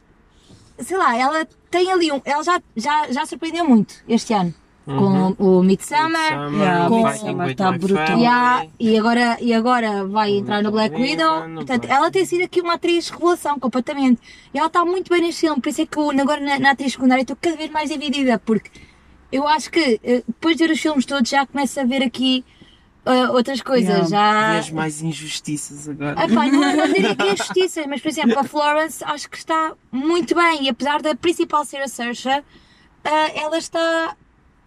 [SPEAKER 3] é, sei lá, ela tem ali um, ela já, já, já surpreendeu muito este ano,
[SPEAKER 4] Uhum.
[SPEAKER 3] com o Midsummer,
[SPEAKER 1] Yeah,
[SPEAKER 3] com-
[SPEAKER 1] tá brutal.
[SPEAKER 4] é?
[SPEAKER 3] e, há- e agora, e agora vai entrar no Black
[SPEAKER 4] Widow,
[SPEAKER 3] Widow,
[SPEAKER 4] no
[SPEAKER 3] portanto,
[SPEAKER 4] Black
[SPEAKER 3] ela tem sido aqui uma atriz revelação completamente, e ela está muito bem neste filme, por isso é que eu, agora na, na atriz secundária estou cada vez mais dividida, porque eu acho que eh, depois de ver os filmes todos já começo a ver aqui eh, outras coisas,
[SPEAKER 1] Yeah.
[SPEAKER 3] já...
[SPEAKER 4] as mais injustiças agora.
[SPEAKER 3] Ah, pá, não, não diria que é justiça, mas por exemplo, a Florence acho que está muito bem e apesar da principal ser a Saoirse, ah, ela está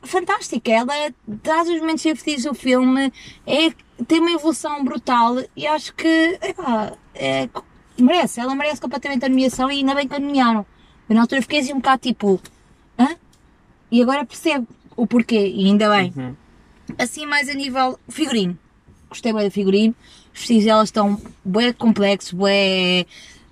[SPEAKER 3] fantástica. Ela traz os momentos divertidos do filme, é, tem uma evolução brutal e acho que epá, é, merece, ela merece completamente a nomeação e ainda bem que a nomearam. Eu na altura fiquei assim um bocado tipo, hã? E agora percebo o porquê e ainda bem.
[SPEAKER 4] Uhum.
[SPEAKER 3] Assim, mais a nível figurino. Gostei bem do figurino. Os vestidos delas estão bem complexos, bem,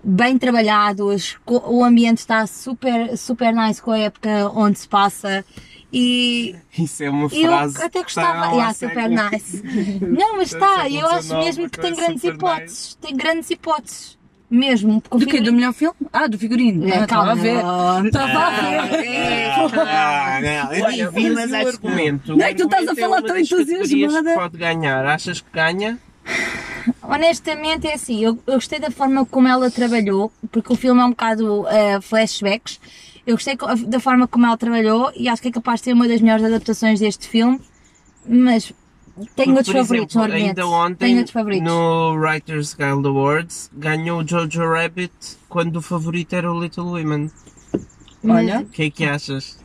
[SPEAKER 3] bem trabalhados. co- O ambiente está super, super nice com a época onde se passa. E
[SPEAKER 4] Isso é uma
[SPEAKER 3] eu
[SPEAKER 4] frase.
[SPEAKER 3] até
[SPEAKER 4] que
[SPEAKER 3] gostava.
[SPEAKER 4] está
[SPEAKER 3] Yeah,
[SPEAKER 4] lá
[SPEAKER 3] super
[SPEAKER 4] século.
[SPEAKER 3] nice. Não, mas está. Eu acho mesmo que tem grandes
[SPEAKER 4] Super
[SPEAKER 3] hipóteses. Tem grandes hipóteses. Mesmo. porque o
[SPEAKER 1] Do quê? Do
[SPEAKER 3] figurino-
[SPEAKER 1] melhor filme? Ah, do figurino.
[SPEAKER 3] É,
[SPEAKER 1] Ah, estava
[SPEAKER 3] calma.
[SPEAKER 1] a ver. Estava a ver.
[SPEAKER 2] Ah, não, eu
[SPEAKER 4] Olha,
[SPEAKER 2] nem vi, mas
[SPEAKER 4] mas o
[SPEAKER 2] acho que.
[SPEAKER 4] argumento.
[SPEAKER 1] Não é que tu estás a falar tão
[SPEAKER 4] entusiasmado
[SPEAKER 1] entusiasmada.
[SPEAKER 4] Pode ganhar. Achas que ganha?
[SPEAKER 3] honestamente é assim, eu, eu gostei da forma como ela trabalhou, porque o filme é um bocado eh, flashbacks. Eu gostei co- da forma como ela trabalhou e acho que é capaz de ser uma das melhores adaptações deste filme, mas tenho
[SPEAKER 4] Porque,
[SPEAKER 3] outros
[SPEAKER 4] por
[SPEAKER 3] favoritos,
[SPEAKER 4] exemplo,
[SPEAKER 3] obviamente.
[SPEAKER 4] Ainda ontem,
[SPEAKER 3] Tenho outros favoritos.
[SPEAKER 4] no Writers Guild Awards, ganhou o Jojo Rabbit quando o favorito era o Little Women.
[SPEAKER 3] Olha.
[SPEAKER 4] O que é que achas?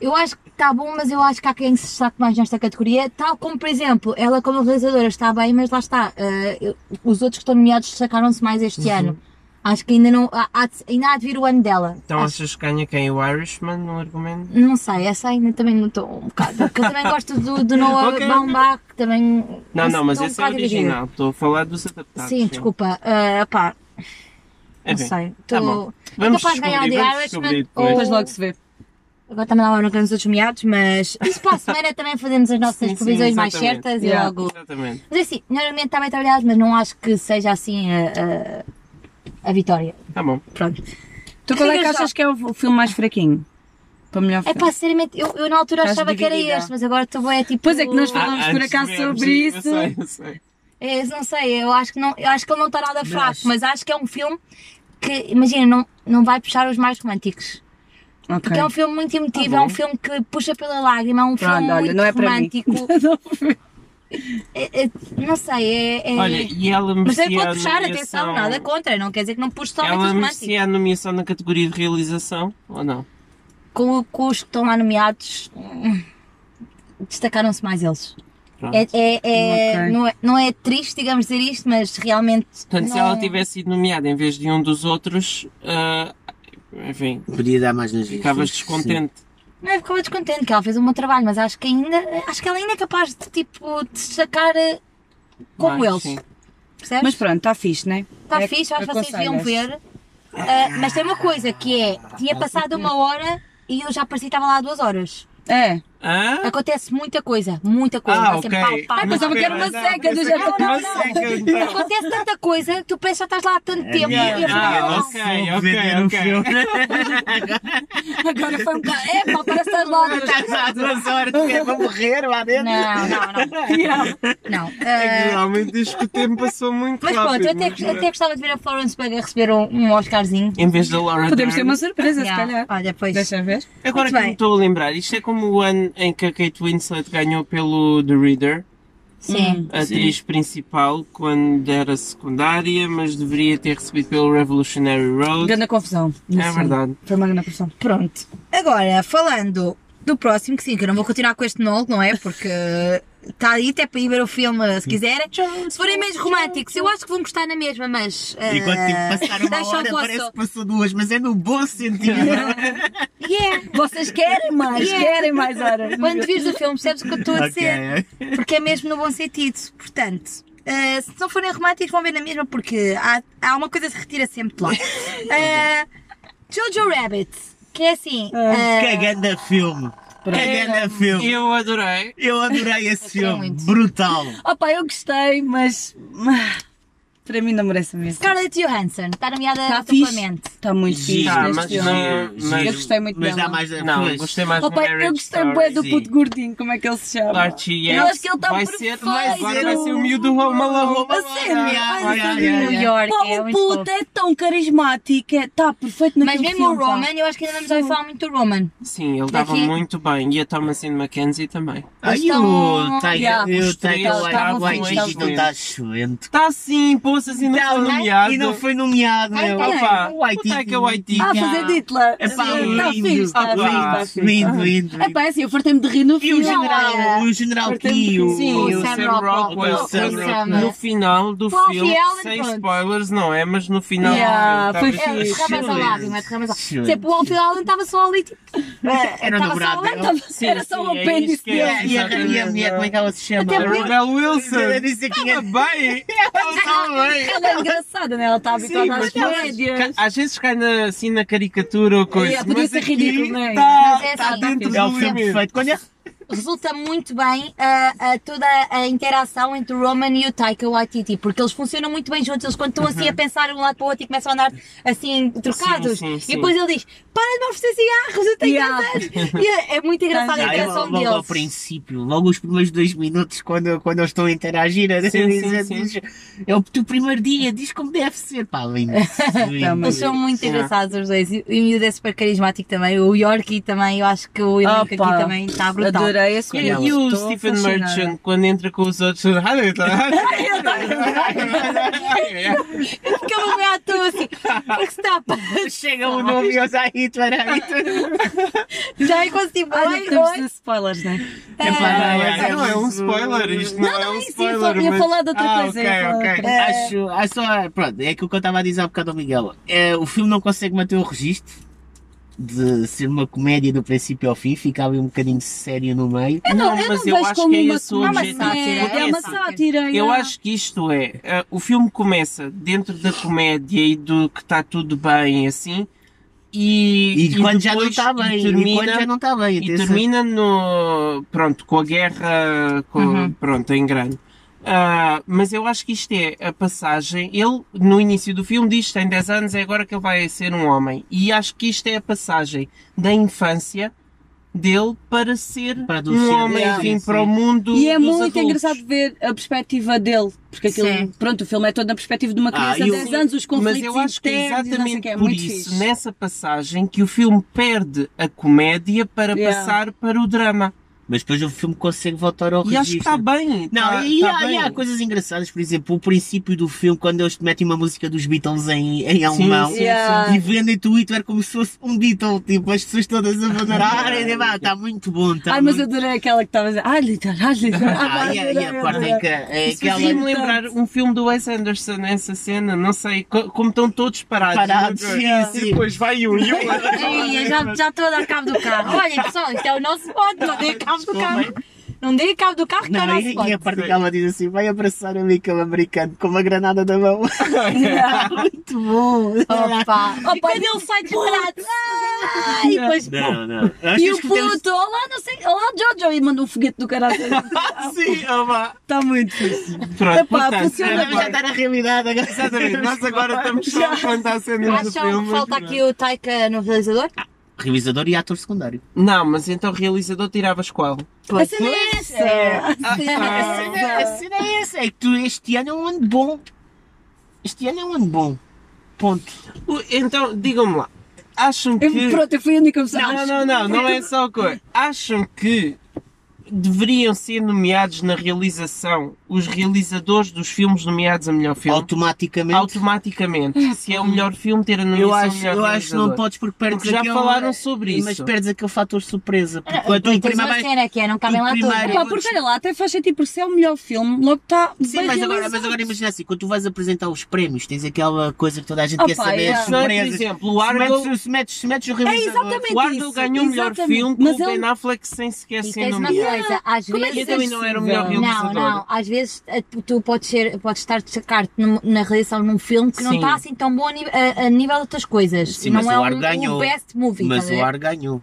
[SPEAKER 3] Eu acho que está bom, mas eu acho que há quem se destaque mais nesta categoria, tal como, por exemplo, ela como realizadora está bem, mas lá está, eh, eu- os outros que estão nomeados destacaram-se mais este
[SPEAKER 4] Uhum.
[SPEAKER 3] ano. Acho que ainda não, há, há de- ainda há de vir o ano dela.
[SPEAKER 4] Então
[SPEAKER 3] Acho-
[SPEAKER 4] achas que ganha quem? O Irishman no argumento?
[SPEAKER 3] Não sei, essa ainda também não estou um bocado, porque eu também gosto do, do Noah
[SPEAKER 4] Ok, ok.
[SPEAKER 3] Baumbach, que também...
[SPEAKER 4] Não, não, mas
[SPEAKER 3] estou um
[SPEAKER 4] esse é
[SPEAKER 3] bocado dividida.
[SPEAKER 4] original. Tá, Estou a falar dos adaptados.
[SPEAKER 3] Sim, desculpa, eh, pá, não
[SPEAKER 4] Enfim,
[SPEAKER 3] sei,
[SPEAKER 4] tá
[SPEAKER 3] estou...
[SPEAKER 4] bom. Vamos
[SPEAKER 3] capaz de ganhar
[SPEAKER 4] descobrir,
[SPEAKER 3] o The Irishman
[SPEAKER 4] vamos descobrir
[SPEAKER 3] ou-
[SPEAKER 4] depois.
[SPEAKER 1] Depois logo se vê.
[SPEAKER 3] Agora também lá nos outros meados, mas isso para a semana também fazemos as nossas
[SPEAKER 4] Sim, sim,
[SPEAKER 3] previsões mais
[SPEAKER 4] exatamente.
[SPEAKER 3] certas e
[SPEAKER 1] Yeah.
[SPEAKER 3] logo...
[SPEAKER 4] Exatamente.
[SPEAKER 3] Mas assim, normalmente está bem trabalhado, mas não acho que seja assim a, a, a vitória.
[SPEAKER 4] Tá bom.
[SPEAKER 3] Pronto.
[SPEAKER 1] Tu qual é que
[SPEAKER 3] Fica já.
[SPEAKER 1] achas que é o filme mais fraquinho? Para melhor
[SPEAKER 3] É
[SPEAKER 1] filme.
[SPEAKER 3] pá, sinceramente, eu, eu na altura
[SPEAKER 1] Estás
[SPEAKER 3] achava que
[SPEAKER 1] dividida.
[SPEAKER 3] era este, mas agora estou bem, é tipo.
[SPEAKER 1] Pois é que nós falámos
[SPEAKER 4] Ah,
[SPEAKER 1] por
[SPEAKER 4] antes
[SPEAKER 1] acaso
[SPEAKER 4] de vermos,
[SPEAKER 1] sobre
[SPEAKER 4] sim,
[SPEAKER 1] isso.
[SPEAKER 4] Eu sei, eu sei.
[SPEAKER 3] É, não sei, eu acho que, não, eu acho que ele não está nada fraco, mas acho que é um filme que, imagina, não, não vai puxar os mais românticos.
[SPEAKER 1] Ok.
[SPEAKER 3] Porque é um filme muito emotivo,
[SPEAKER 4] Tá
[SPEAKER 3] é
[SPEAKER 4] bom.
[SPEAKER 3] um filme que puxa pela lágrima, é um filme
[SPEAKER 1] Pronto, olha,
[SPEAKER 3] muito
[SPEAKER 1] não é para mim.
[SPEAKER 3] romântico. É- é- não sei, é. é-
[SPEAKER 4] Olha, e ela
[SPEAKER 3] mas
[SPEAKER 4] merecia
[SPEAKER 3] também pode
[SPEAKER 4] a
[SPEAKER 3] puxar,
[SPEAKER 4] nomeação...
[SPEAKER 3] atenção, nada contra, não quer dizer que não puxe
[SPEAKER 1] É
[SPEAKER 3] somente os
[SPEAKER 4] Ela
[SPEAKER 3] românticos.
[SPEAKER 4] merecia a nomeação na categoria de realização, ou não?
[SPEAKER 3] com, o- com os que estão lá nomeados, hum, destacaram-se mais eles.
[SPEAKER 4] Pronto.
[SPEAKER 3] É, é- é-
[SPEAKER 1] Ok.
[SPEAKER 3] não é, não é triste, digamos, dizer isto, mas realmente.
[SPEAKER 4] Portanto,
[SPEAKER 3] não...
[SPEAKER 4] se ela tivesse sido nomeada em vez de um dos outros, ah, enfim,
[SPEAKER 2] Podia dar mais nas
[SPEAKER 4] ficavas
[SPEAKER 2] vistas,
[SPEAKER 4] descontente.
[SPEAKER 3] Não, eu ficava descontente, que ela fez um bom trabalho, mas acho que ainda. Acho que ela ainda é capaz de, tipo, destacar eh, como
[SPEAKER 4] Mais,
[SPEAKER 3] eles.
[SPEAKER 4] sim.
[SPEAKER 3] Percebes?
[SPEAKER 1] Mas pronto, está fixe, né?
[SPEAKER 3] Está
[SPEAKER 1] É que
[SPEAKER 3] fixe, acho que vocês deviam
[SPEAKER 1] aconselhas.
[SPEAKER 3] ver. Ah, mas tem uma coisa que é: tinha passado uma hora e eu já parecia que estava lá há duas horas.
[SPEAKER 1] É.
[SPEAKER 3] Ah,
[SPEAKER 4] Hã?
[SPEAKER 3] Acontece muita coisa, muita coisa.
[SPEAKER 4] Ah,
[SPEAKER 3] Tá
[SPEAKER 4] ok.
[SPEAKER 3] sempre pau, pau,
[SPEAKER 1] Ai,
[SPEAKER 3] pau.
[SPEAKER 1] pensava que era uma seca, do género.
[SPEAKER 4] Não, não,
[SPEAKER 3] Não,
[SPEAKER 4] é não.
[SPEAKER 3] não, Acontece tanta coisa que tu pensas que já estás lá há tanto tempo e
[SPEAKER 2] minha-
[SPEAKER 3] afinal
[SPEAKER 4] Ah,
[SPEAKER 3] não.
[SPEAKER 4] ok,
[SPEAKER 2] Vou
[SPEAKER 4] ok,
[SPEAKER 2] vender um
[SPEAKER 4] ok.
[SPEAKER 2] filme.
[SPEAKER 3] Agora foi um bocado. É, pá, parece estar lá.
[SPEAKER 2] Estás há duas horas, tu quer para morrer lá dentro.
[SPEAKER 3] tá-" Não, não, não. Não.
[SPEAKER 4] É que
[SPEAKER 3] ah,
[SPEAKER 4] realmente diz que o tempo passou muito
[SPEAKER 3] mas pronto,
[SPEAKER 4] rápido. é?
[SPEAKER 3] eu até, até gostava de ver a Florence Pug a receber um, um Oscarzinho.
[SPEAKER 4] Em vez da Laura
[SPEAKER 1] Podemos ter
[SPEAKER 4] Dern.
[SPEAKER 1] uma surpresa, se
[SPEAKER 3] Yeah, Ah,
[SPEAKER 1] calhar.
[SPEAKER 3] Olha, pois.
[SPEAKER 1] Deixa ver.
[SPEAKER 4] Agora
[SPEAKER 3] Muito
[SPEAKER 4] que me
[SPEAKER 3] bem.
[SPEAKER 4] estou a lembrar, isto é como o ano em que a Kate Winslet ganhou pelo The Reader,
[SPEAKER 3] Sim.
[SPEAKER 4] a atriz principal, quando era secundária, mas deveria ter recebido pelo Revolutionary Road.
[SPEAKER 1] Grande confusão.
[SPEAKER 4] É verdade.
[SPEAKER 1] Foi uma grande confusão. Pronto.
[SPEAKER 3] Agora, falando do próximo, que sim, que eu não vou continuar com este nolo, não é? Porque está aí até para ir ver o filme se quiserem. Se forem mais românticos, eu acho que vão gostar na mesma, mas. ah,
[SPEAKER 1] É.
[SPEAKER 2] E quando tipo, passar uma
[SPEAKER 3] deixa
[SPEAKER 2] hora,
[SPEAKER 3] o
[SPEAKER 2] parece
[SPEAKER 3] vosso.
[SPEAKER 2] que passou duas, mas é no bom sentido.
[SPEAKER 3] Yeah.
[SPEAKER 1] Vocês querem mais,
[SPEAKER 3] Yeah.
[SPEAKER 1] querem mais horas.
[SPEAKER 3] Quando vires o filme, percebes o que eu estou a dizer.
[SPEAKER 2] Ok.
[SPEAKER 3] porque é mesmo no bom sentido. Portanto, eh, se não forem românticos, vão ver na mesma, porque há, há uma coisa que se retira sempre de lá. Eh, Jojo Rabbit, que é assim.
[SPEAKER 2] Ah.
[SPEAKER 3] eh,
[SPEAKER 2] Cagando filme. Cagando filme.
[SPEAKER 4] Eu adorei.
[SPEAKER 2] Eu adorei esse filme.
[SPEAKER 3] muito.
[SPEAKER 2] Brutal.
[SPEAKER 1] Opa, eu gostei, mas. ah, Para mim não merece mesmo.
[SPEAKER 3] Scarlett Johansson, está nomeada
[SPEAKER 2] Tá
[SPEAKER 1] Está fixe.
[SPEAKER 3] duplamente.
[SPEAKER 1] Está muito fixe.
[SPEAKER 4] Tá,
[SPEAKER 1] neste
[SPEAKER 4] mas
[SPEAKER 1] filme.
[SPEAKER 4] não-
[SPEAKER 1] Eu gostei muito
[SPEAKER 2] mas
[SPEAKER 1] dela.
[SPEAKER 2] dá mais a-
[SPEAKER 4] Não,
[SPEAKER 2] pois.
[SPEAKER 4] gostei mais do
[SPEAKER 1] Opa,
[SPEAKER 4] Marriage
[SPEAKER 1] eu gostei
[SPEAKER 4] Story.
[SPEAKER 1] bem do
[SPEAKER 2] sim.
[SPEAKER 1] puto gordinho, como é que ele se chama?
[SPEAKER 4] Archie,
[SPEAKER 1] Eu acho que ele tá
[SPEAKER 4] é. vai ser,
[SPEAKER 1] perfeito.
[SPEAKER 4] vai, agora vai ser o miúdo do Home Alone.
[SPEAKER 1] A sério?
[SPEAKER 2] Ai,
[SPEAKER 1] Ai,
[SPEAKER 2] ai,
[SPEAKER 1] sim.
[SPEAKER 2] ai, ai.
[SPEAKER 3] New York,
[SPEAKER 1] Pá,
[SPEAKER 3] é
[SPEAKER 1] o
[SPEAKER 3] muito
[SPEAKER 1] puto
[SPEAKER 3] fofo.
[SPEAKER 1] é tão carismático, está perfeito naquele
[SPEAKER 3] Mas mesmo o
[SPEAKER 1] filme, pá.
[SPEAKER 3] Roman, eu acho que ainda vamos ouvir falar muito do Roman.
[SPEAKER 4] Sim, ele dava
[SPEAKER 3] Aqui-
[SPEAKER 4] muito bem. E a Thomasin McKenzie também.
[SPEAKER 2] Ai,
[SPEAKER 3] estão-
[SPEAKER 2] o
[SPEAKER 1] Yeah.
[SPEAKER 2] Taika
[SPEAKER 4] Os três estavam
[SPEAKER 2] Waititi
[SPEAKER 4] felizes.
[SPEAKER 2] não está chorando.
[SPEAKER 4] Está Tá sim, poças, e não
[SPEAKER 2] Tá,
[SPEAKER 4] foi
[SPEAKER 2] não-
[SPEAKER 4] nomeado.
[SPEAKER 2] E não foi nomeado, meu.
[SPEAKER 1] quem?
[SPEAKER 4] Opa, é
[SPEAKER 2] O
[SPEAKER 4] o
[SPEAKER 2] Waititi.
[SPEAKER 4] Taika Waititi.
[SPEAKER 1] Ah, fazer de Hitler.
[SPEAKER 2] É
[SPEAKER 1] Sim, tá
[SPEAKER 2] pá, lindo.
[SPEAKER 1] fixe, tá
[SPEAKER 4] um lindo,
[SPEAKER 1] fixe, tá fixe.
[SPEAKER 2] Lindo, lindo.
[SPEAKER 1] É pá, é assim, eu fartei-me de rir no
[SPEAKER 2] E o
[SPEAKER 1] filme.
[SPEAKER 2] general,
[SPEAKER 3] olha.
[SPEAKER 2] o general
[SPEAKER 1] Portanto,
[SPEAKER 2] Kio.
[SPEAKER 4] Sim,
[SPEAKER 3] O
[SPEAKER 4] o
[SPEAKER 3] Sam
[SPEAKER 4] Sam
[SPEAKER 3] Rockwell.
[SPEAKER 4] Rockwell.
[SPEAKER 2] O Sam
[SPEAKER 4] Sam
[SPEAKER 3] Rockwell.
[SPEAKER 4] No final do
[SPEAKER 3] Qual
[SPEAKER 4] filme,
[SPEAKER 3] real,
[SPEAKER 4] sem
[SPEAKER 3] pronto.
[SPEAKER 4] spoilers, não é? Mas no final. tá
[SPEAKER 1] Yeah, foi
[SPEAKER 4] estava-
[SPEAKER 3] É,
[SPEAKER 1] fixe.
[SPEAKER 3] derramas a
[SPEAKER 2] Excelente.
[SPEAKER 3] lágrima, derramas a lágrima.
[SPEAKER 2] Excelente.
[SPEAKER 3] Tipo, o Alfie Allen estava só ali, tipo.
[SPEAKER 2] É, Era o
[SPEAKER 3] estava
[SPEAKER 2] namorado
[SPEAKER 3] só ali,
[SPEAKER 2] dela.
[SPEAKER 3] estava-
[SPEAKER 4] Sim,
[SPEAKER 1] Era só
[SPEAKER 4] sim,
[SPEAKER 1] o
[SPEAKER 4] é
[SPEAKER 1] apêndice
[SPEAKER 4] isso que é,
[SPEAKER 2] então, E a- e a- e a mulher, como é que ela se chama?
[SPEAKER 4] A Rebel Wilson.
[SPEAKER 2] Eu disse que
[SPEAKER 4] Estava bem. Ela estava bem.
[SPEAKER 1] Ela é engraçada, né? Ela está
[SPEAKER 4] Sim,
[SPEAKER 1] habituada às
[SPEAKER 4] mas é
[SPEAKER 1] comédias.
[SPEAKER 4] ca- às vezes cai na, assim na caricatura ou coisa.
[SPEAKER 1] Yeah, podia
[SPEAKER 4] mas
[SPEAKER 1] ser
[SPEAKER 4] aqui
[SPEAKER 1] ridículo, não é?
[SPEAKER 4] tá-
[SPEAKER 3] Mas é
[SPEAKER 4] tá
[SPEAKER 3] assim,
[SPEAKER 4] dentro
[SPEAKER 2] É o
[SPEAKER 4] do
[SPEAKER 2] filme
[SPEAKER 4] limite.
[SPEAKER 2] perfeito. Quando é-
[SPEAKER 3] resulta muito bem a, a toda a interação entre o Roman e o Taika Waititi, porque eles funcionam muito bem juntos. Eles, quando estão assim a pensar um lado para o outro e começam a andar assim trocados,
[SPEAKER 4] Uhum. Sim, sim, sim.
[SPEAKER 3] e depois ele diz: Para de me oferecer cigarros, eu tenho
[SPEAKER 1] Yeah.
[SPEAKER 3] 10 anos. E é, é muito engraçada a
[SPEAKER 2] Ah, é
[SPEAKER 3] interação
[SPEAKER 2] logo, logo ao
[SPEAKER 3] deles.
[SPEAKER 2] princípio, logo os primeiros dois minutos, quando, quando eles estão a interagir, a
[SPEAKER 4] Sim,
[SPEAKER 2] dizer-
[SPEAKER 4] sim, sim.
[SPEAKER 2] é o teu primeiro dia, diz como deve ser. Pá, lindo. lindo.
[SPEAKER 3] Eles são muito
[SPEAKER 4] Sim.
[SPEAKER 3] engraçados os dois. E e o miúdo é super carismático também. O Yorkie também, eu acho que o elenco
[SPEAKER 1] Opa,
[SPEAKER 3] aqui também está brutal.
[SPEAKER 1] Adorei esse
[SPEAKER 4] tá E,
[SPEAKER 1] vídeo.
[SPEAKER 4] e o
[SPEAKER 1] Estou
[SPEAKER 4] Stephen
[SPEAKER 1] fascinada.
[SPEAKER 4] Merchant, quando entra com os outros,
[SPEAKER 3] Porque eu me à toa assim. Porque se tapa.
[SPEAKER 2] Chega um nome e eles aí, tu era aí. tu-
[SPEAKER 3] Já é quase tipo.
[SPEAKER 1] Olha,
[SPEAKER 3] "Oi,
[SPEAKER 1] estamos
[SPEAKER 3] oi".
[SPEAKER 1] Ah, de spoilers, né?
[SPEAKER 3] É,
[SPEAKER 2] Epá, não,
[SPEAKER 4] Ah, não é um spoiler,
[SPEAKER 1] hum,
[SPEAKER 4] isto não, é um
[SPEAKER 1] isso, eu
[SPEAKER 4] spoiler.
[SPEAKER 1] só ia
[SPEAKER 4] mas-
[SPEAKER 1] falar de outra
[SPEAKER 4] Ah,
[SPEAKER 1] coisa,
[SPEAKER 4] ok,
[SPEAKER 1] ia falar de
[SPEAKER 4] ok.
[SPEAKER 1] outra
[SPEAKER 4] É.
[SPEAKER 2] Acho, acho só, pronto, é aquilo que eu estava a dizer há bocado ao Miguel. É, o filme não consegue manter o registro de ser uma comédia do princípio ao fim, fica ali um bocadinho sério no meio.
[SPEAKER 1] Não, eu
[SPEAKER 4] mas
[SPEAKER 1] não
[SPEAKER 4] eu
[SPEAKER 1] vejo
[SPEAKER 4] acho
[SPEAKER 1] como
[SPEAKER 4] que é
[SPEAKER 1] uma
[SPEAKER 4] esse o
[SPEAKER 1] não, mas
[SPEAKER 4] objetivo.
[SPEAKER 1] É, é
[SPEAKER 4] É
[SPEAKER 1] uma
[SPEAKER 4] assim.
[SPEAKER 1] sátira.
[SPEAKER 4] Eu
[SPEAKER 1] yeah.
[SPEAKER 4] acho que isto é. eh, o filme começa dentro da comédia e do que está tudo bem assim. E,
[SPEAKER 2] E, quando já não
[SPEAKER 4] depois-
[SPEAKER 2] está bem,
[SPEAKER 4] e
[SPEAKER 2] e,
[SPEAKER 4] termina,
[SPEAKER 2] quando já não está bem.
[SPEAKER 4] e
[SPEAKER 2] atenção.
[SPEAKER 4] termina no. Pronto, com a guerra. com-
[SPEAKER 2] Uhum.
[SPEAKER 4] Pronto, em grande. Ah, mas eu acho que isto é a passagem. Ele, no início do filme, diz que tem 10 anos, é agora que ele vai ser um homem. E acho que isto é a passagem da infância dele para ser
[SPEAKER 2] Para
[SPEAKER 4] um
[SPEAKER 2] adolescente,
[SPEAKER 4] homem,
[SPEAKER 2] sim,
[SPEAKER 4] enfim,
[SPEAKER 2] sim.
[SPEAKER 4] para o mundo.
[SPEAKER 1] E é
[SPEAKER 4] dos
[SPEAKER 1] muito
[SPEAKER 4] adultos.
[SPEAKER 1] engraçado ver a perspectiva dele, porque aquilo,
[SPEAKER 3] Sim.
[SPEAKER 1] pronto, o filme é todo na perspectiva de uma
[SPEAKER 2] Ah,
[SPEAKER 1] criança de
[SPEAKER 2] eu-
[SPEAKER 1] 10 anos, os conflitos
[SPEAKER 4] Mas eu acho que é
[SPEAKER 1] internos, e não sei o
[SPEAKER 4] exatamente
[SPEAKER 1] quê, é
[SPEAKER 4] por
[SPEAKER 1] muito
[SPEAKER 4] isso, né?
[SPEAKER 1] fixe.
[SPEAKER 4] nessa passagem, que o filme perde a comédia para
[SPEAKER 1] Yeah.
[SPEAKER 4] passar para o drama.
[SPEAKER 2] Mas depois o filme consegue voltar ao
[SPEAKER 4] E
[SPEAKER 2] registro.
[SPEAKER 4] acho que está bem.
[SPEAKER 2] Não,
[SPEAKER 4] tá-
[SPEAKER 2] e,
[SPEAKER 4] tá
[SPEAKER 2] há,
[SPEAKER 4] bem.
[SPEAKER 2] e há coisas engraçadas, por exemplo, o princípio do filme, quando eles te metem uma música dos Beatles em, em alemão
[SPEAKER 4] sim,
[SPEAKER 1] Yeah.
[SPEAKER 2] e vendem Twitter como se fosse um Beatle, tipo, as pessoas todas a venerarem, e, pá, está muito bom, está
[SPEAKER 1] Ai, mas eu
[SPEAKER 2] muito...
[SPEAKER 1] adorei aquela que estava a dizer, ah, Litor, ah, Litor,
[SPEAKER 2] Ah,
[SPEAKER 1] ah,
[SPEAKER 2] e a, e a
[SPEAKER 1] Litor,
[SPEAKER 2] parte em que é
[SPEAKER 4] Isso fazia-me
[SPEAKER 2] aquela...
[SPEAKER 4] lembrar um filme do Wes Anderson, essa cena, não sei, co- como estão todos parados.
[SPEAKER 2] Parados,
[SPEAKER 4] E
[SPEAKER 2] sim, sim.
[SPEAKER 4] depois vai um e um.
[SPEAKER 3] Ai, já, já estou a dar cabo do carro. Olhem, pessoal, isto é o nosso spot. Não dê cabo do carro. Não dê cabo do carro, que é o
[SPEAKER 2] Não,
[SPEAKER 3] nosso
[SPEAKER 2] e,
[SPEAKER 3] spot.
[SPEAKER 2] e a parte em que ela diz assim, vai abraçar o Michael americano com uma granada na mão. muito bom.
[SPEAKER 3] Opa! Opa, e quando ele sai disparado! Ah, e depois.
[SPEAKER 2] Não, não.
[SPEAKER 1] E
[SPEAKER 2] Achas
[SPEAKER 1] o
[SPEAKER 2] que temos-
[SPEAKER 1] puto, olá, não sei, olá, Jojo, e mandou um foguete do caralho.
[SPEAKER 4] Sim, ah, vá.
[SPEAKER 1] Está muito fixe.
[SPEAKER 4] Pronto,
[SPEAKER 1] Epá,
[SPEAKER 4] portanto, é,
[SPEAKER 1] funciona
[SPEAKER 4] era
[SPEAKER 1] bem.
[SPEAKER 2] Já
[SPEAKER 4] agora.
[SPEAKER 2] está na realidade agora.
[SPEAKER 4] Exatamente, nós agora estamos só a contar cenas do
[SPEAKER 3] Acham
[SPEAKER 4] filme.
[SPEAKER 3] que
[SPEAKER 2] é
[SPEAKER 3] falta aqui o Taika no realizador?
[SPEAKER 2] Revisador e ator secundário.
[SPEAKER 4] Não, mas então realizador tiravas qual?
[SPEAKER 1] A
[SPEAKER 3] Pois.
[SPEAKER 1] cena é essa.
[SPEAKER 4] Ah,
[SPEAKER 2] A
[SPEAKER 4] ah,
[SPEAKER 2] cena, a cena é essa, é que tu, este ano é um ano bom. Este ano é um ano bom. Ponto.
[SPEAKER 4] o- Então, digam-me lá. Acham que.
[SPEAKER 1] Eu- Pronto, eu fui a única pessoa.
[SPEAKER 4] Não, não, não, não, não é só coisa. Acham que deveriam ser nomeados na realização os realizadores dos filmes nomeados a melhor filme?
[SPEAKER 2] Automaticamente.
[SPEAKER 4] Automaticamente. Se é o melhor filme, ter a nomeação
[SPEAKER 2] eu
[SPEAKER 4] a
[SPEAKER 2] acho,
[SPEAKER 4] melhor
[SPEAKER 2] eu acho que não
[SPEAKER 4] realizador.
[SPEAKER 2] podes porque perdes
[SPEAKER 4] Porque já
[SPEAKER 2] aquele-
[SPEAKER 4] falaram sobre
[SPEAKER 2] Mas
[SPEAKER 4] isso.
[SPEAKER 2] perdes aquele fator surpresa. Porque
[SPEAKER 1] Ah,
[SPEAKER 2] quando
[SPEAKER 1] então
[SPEAKER 2] tu em
[SPEAKER 3] Tens uma
[SPEAKER 2] primeira-
[SPEAKER 3] cena que é, não cabem
[SPEAKER 2] em
[SPEAKER 3] lá
[SPEAKER 2] primeiro-
[SPEAKER 3] todos.
[SPEAKER 1] Pá, porque olha lá, até faz sentido, porque se é o melhor filme, logo está
[SPEAKER 2] Sim,
[SPEAKER 1] bem
[SPEAKER 2] mas agora,
[SPEAKER 1] realizado.
[SPEAKER 2] mas agora imagina assim, quando tu vais apresentar os prémios, tens aquela coisa que toda a gente
[SPEAKER 1] Oh,
[SPEAKER 2] quer
[SPEAKER 1] pá,
[SPEAKER 2] saber,
[SPEAKER 1] é.
[SPEAKER 2] as
[SPEAKER 4] Não é, por
[SPEAKER 2] surpresas.
[SPEAKER 4] exemplo, o
[SPEAKER 2] se,
[SPEAKER 4] Argo,
[SPEAKER 2] metes, se, metes, se metes o
[SPEAKER 1] É
[SPEAKER 2] realizador.
[SPEAKER 1] exatamente
[SPEAKER 4] o Argo
[SPEAKER 1] isso.
[SPEAKER 4] ganhou o melhor
[SPEAKER 1] exatamente.
[SPEAKER 4] filme com
[SPEAKER 1] Mas
[SPEAKER 4] o Ben
[SPEAKER 1] ele-
[SPEAKER 4] Affleck sem sequer
[SPEAKER 2] assim,
[SPEAKER 3] E
[SPEAKER 4] ser
[SPEAKER 3] tens uma
[SPEAKER 4] nomeado.
[SPEAKER 3] coisa, às
[SPEAKER 1] Como é que
[SPEAKER 3] vezes.
[SPEAKER 1] isso é
[SPEAKER 4] também não era o melhor
[SPEAKER 1] possível?
[SPEAKER 3] Não,
[SPEAKER 4] realizador.
[SPEAKER 3] não, às vezes eh, tu- tu podes, ser, podes estar a destacar-te num- na realização de um filme que não
[SPEAKER 4] Sim.
[SPEAKER 3] está assim tão bom a, ni- a- a nível de outras coisas.
[SPEAKER 2] Sim,
[SPEAKER 3] não
[SPEAKER 2] mas
[SPEAKER 3] é
[SPEAKER 2] o Ar
[SPEAKER 3] um,
[SPEAKER 2] ganhou.
[SPEAKER 3] o best movie.
[SPEAKER 2] Mas
[SPEAKER 3] estás a
[SPEAKER 2] o
[SPEAKER 3] ver?
[SPEAKER 2] ar ganhou.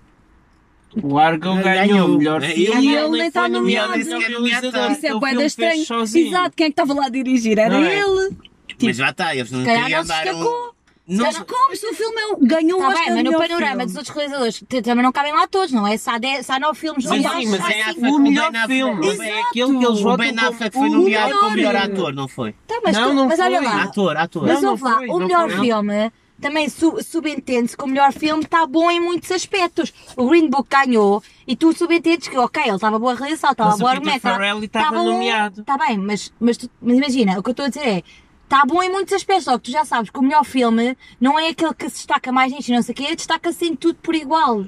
[SPEAKER 4] O Argo
[SPEAKER 2] Ganhou.
[SPEAKER 4] ganhou o melhor
[SPEAKER 2] É,
[SPEAKER 4] filme
[SPEAKER 1] ele nem
[SPEAKER 4] foi
[SPEAKER 1] está nomeado.
[SPEAKER 4] a melhor
[SPEAKER 2] Ele nem
[SPEAKER 4] realizador,
[SPEAKER 2] está.
[SPEAKER 1] Isso é bué
[SPEAKER 4] porque o
[SPEAKER 1] da
[SPEAKER 4] filme fez
[SPEAKER 1] estranho.
[SPEAKER 4] sozinho.
[SPEAKER 1] Exato, quem é que estava lá a dirigir? Era
[SPEAKER 4] Não é?
[SPEAKER 1] ele.
[SPEAKER 2] Mas já está, eles não
[SPEAKER 3] calhar
[SPEAKER 2] queriam
[SPEAKER 3] não Tipo, se
[SPEAKER 2] dar um...
[SPEAKER 3] escapou.
[SPEAKER 2] Não-
[SPEAKER 1] Mas como se o filme é um- ganhou um
[SPEAKER 3] Está
[SPEAKER 1] Oscar
[SPEAKER 3] Tá bem, mas no
[SPEAKER 1] melhor
[SPEAKER 3] panorama
[SPEAKER 1] filme?
[SPEAKER 3] dos outros realizadores t- também não cabem lá todos, não é? Se há, dez, se há nove filmes
[SPEAKER 4] Mas,
[SPEAKER 3] nomeados,
[SPEAKER 4] sim, mas
[SPEAKER 3] há
[SPEAKER 2] é
[SPEAKER 3] cinco.
[SPEAKER 2] a-
[SPEAKER 4] o
[SPEAKER 2] o
[SPEAKER 4] melhor
[SPEAKER 2] Ben
[SPEAKER 4] filme.
[SPEAKER 2] Affleck.
[SPEAKER 4] É aquele que eles
[SPEAKER 2] O
[SPEAKER 4] votam
[SPEAKER 2] Ben
[SPEAKER 4] como
[SPEAKER 2] Affleck foi
[SPEAKER 4] o
[SPEAKER 2] nomeado
[SPEAKER 4] melhor.
[SPEAKER 2] como melhor ator, não foi?
[SPEAKER 3] Tá, mas,
[SPEAKER 4] Não,
[SPEAKER 3] tu-
[SPEAKER 4] não
[SPEAKER 3] mas olha
[SPEAKER 4] foi.
[SPEAKER 3] lá,
[SPEAKER 2] Ator, ator.
[SPEAKER 3] mas
[SPEAKER 4] Não, não
[SPEAKER 3] ouve lá,
[SPEAKER 4] foi,
[SPEAKER 3] o
[SPEAKER 4] não
[SPEAKER 3] melhor
[SPEAKER 4] foi.
[SPEAKER 3] filme também su- subentende-se que o melhor filme está bom em muitos aspectos. O Green Book ganhou e tu subentendes que, ok, ele estava boa a realização, estava
[SPEAKER 4] Mas o
[SPEAKER 3] boa a
[SPEAKER 4] Peter
[SPEAKER 3] argumentação,
[SPEAKER 4] Farrelly estava
[SPEAKER 3] estava bom,
[SPEAKER 4] nomeado.
[SPEAKER 3] Está tá bem, mas, mas, tu- mas imagina, o que eu estou a dizer é. Está bom em muitos aspectos, só que tu já sabes que o melhor filme não é aquele que se destaca mais nisto, e não sei o quê, destaca-se em tudo por igual.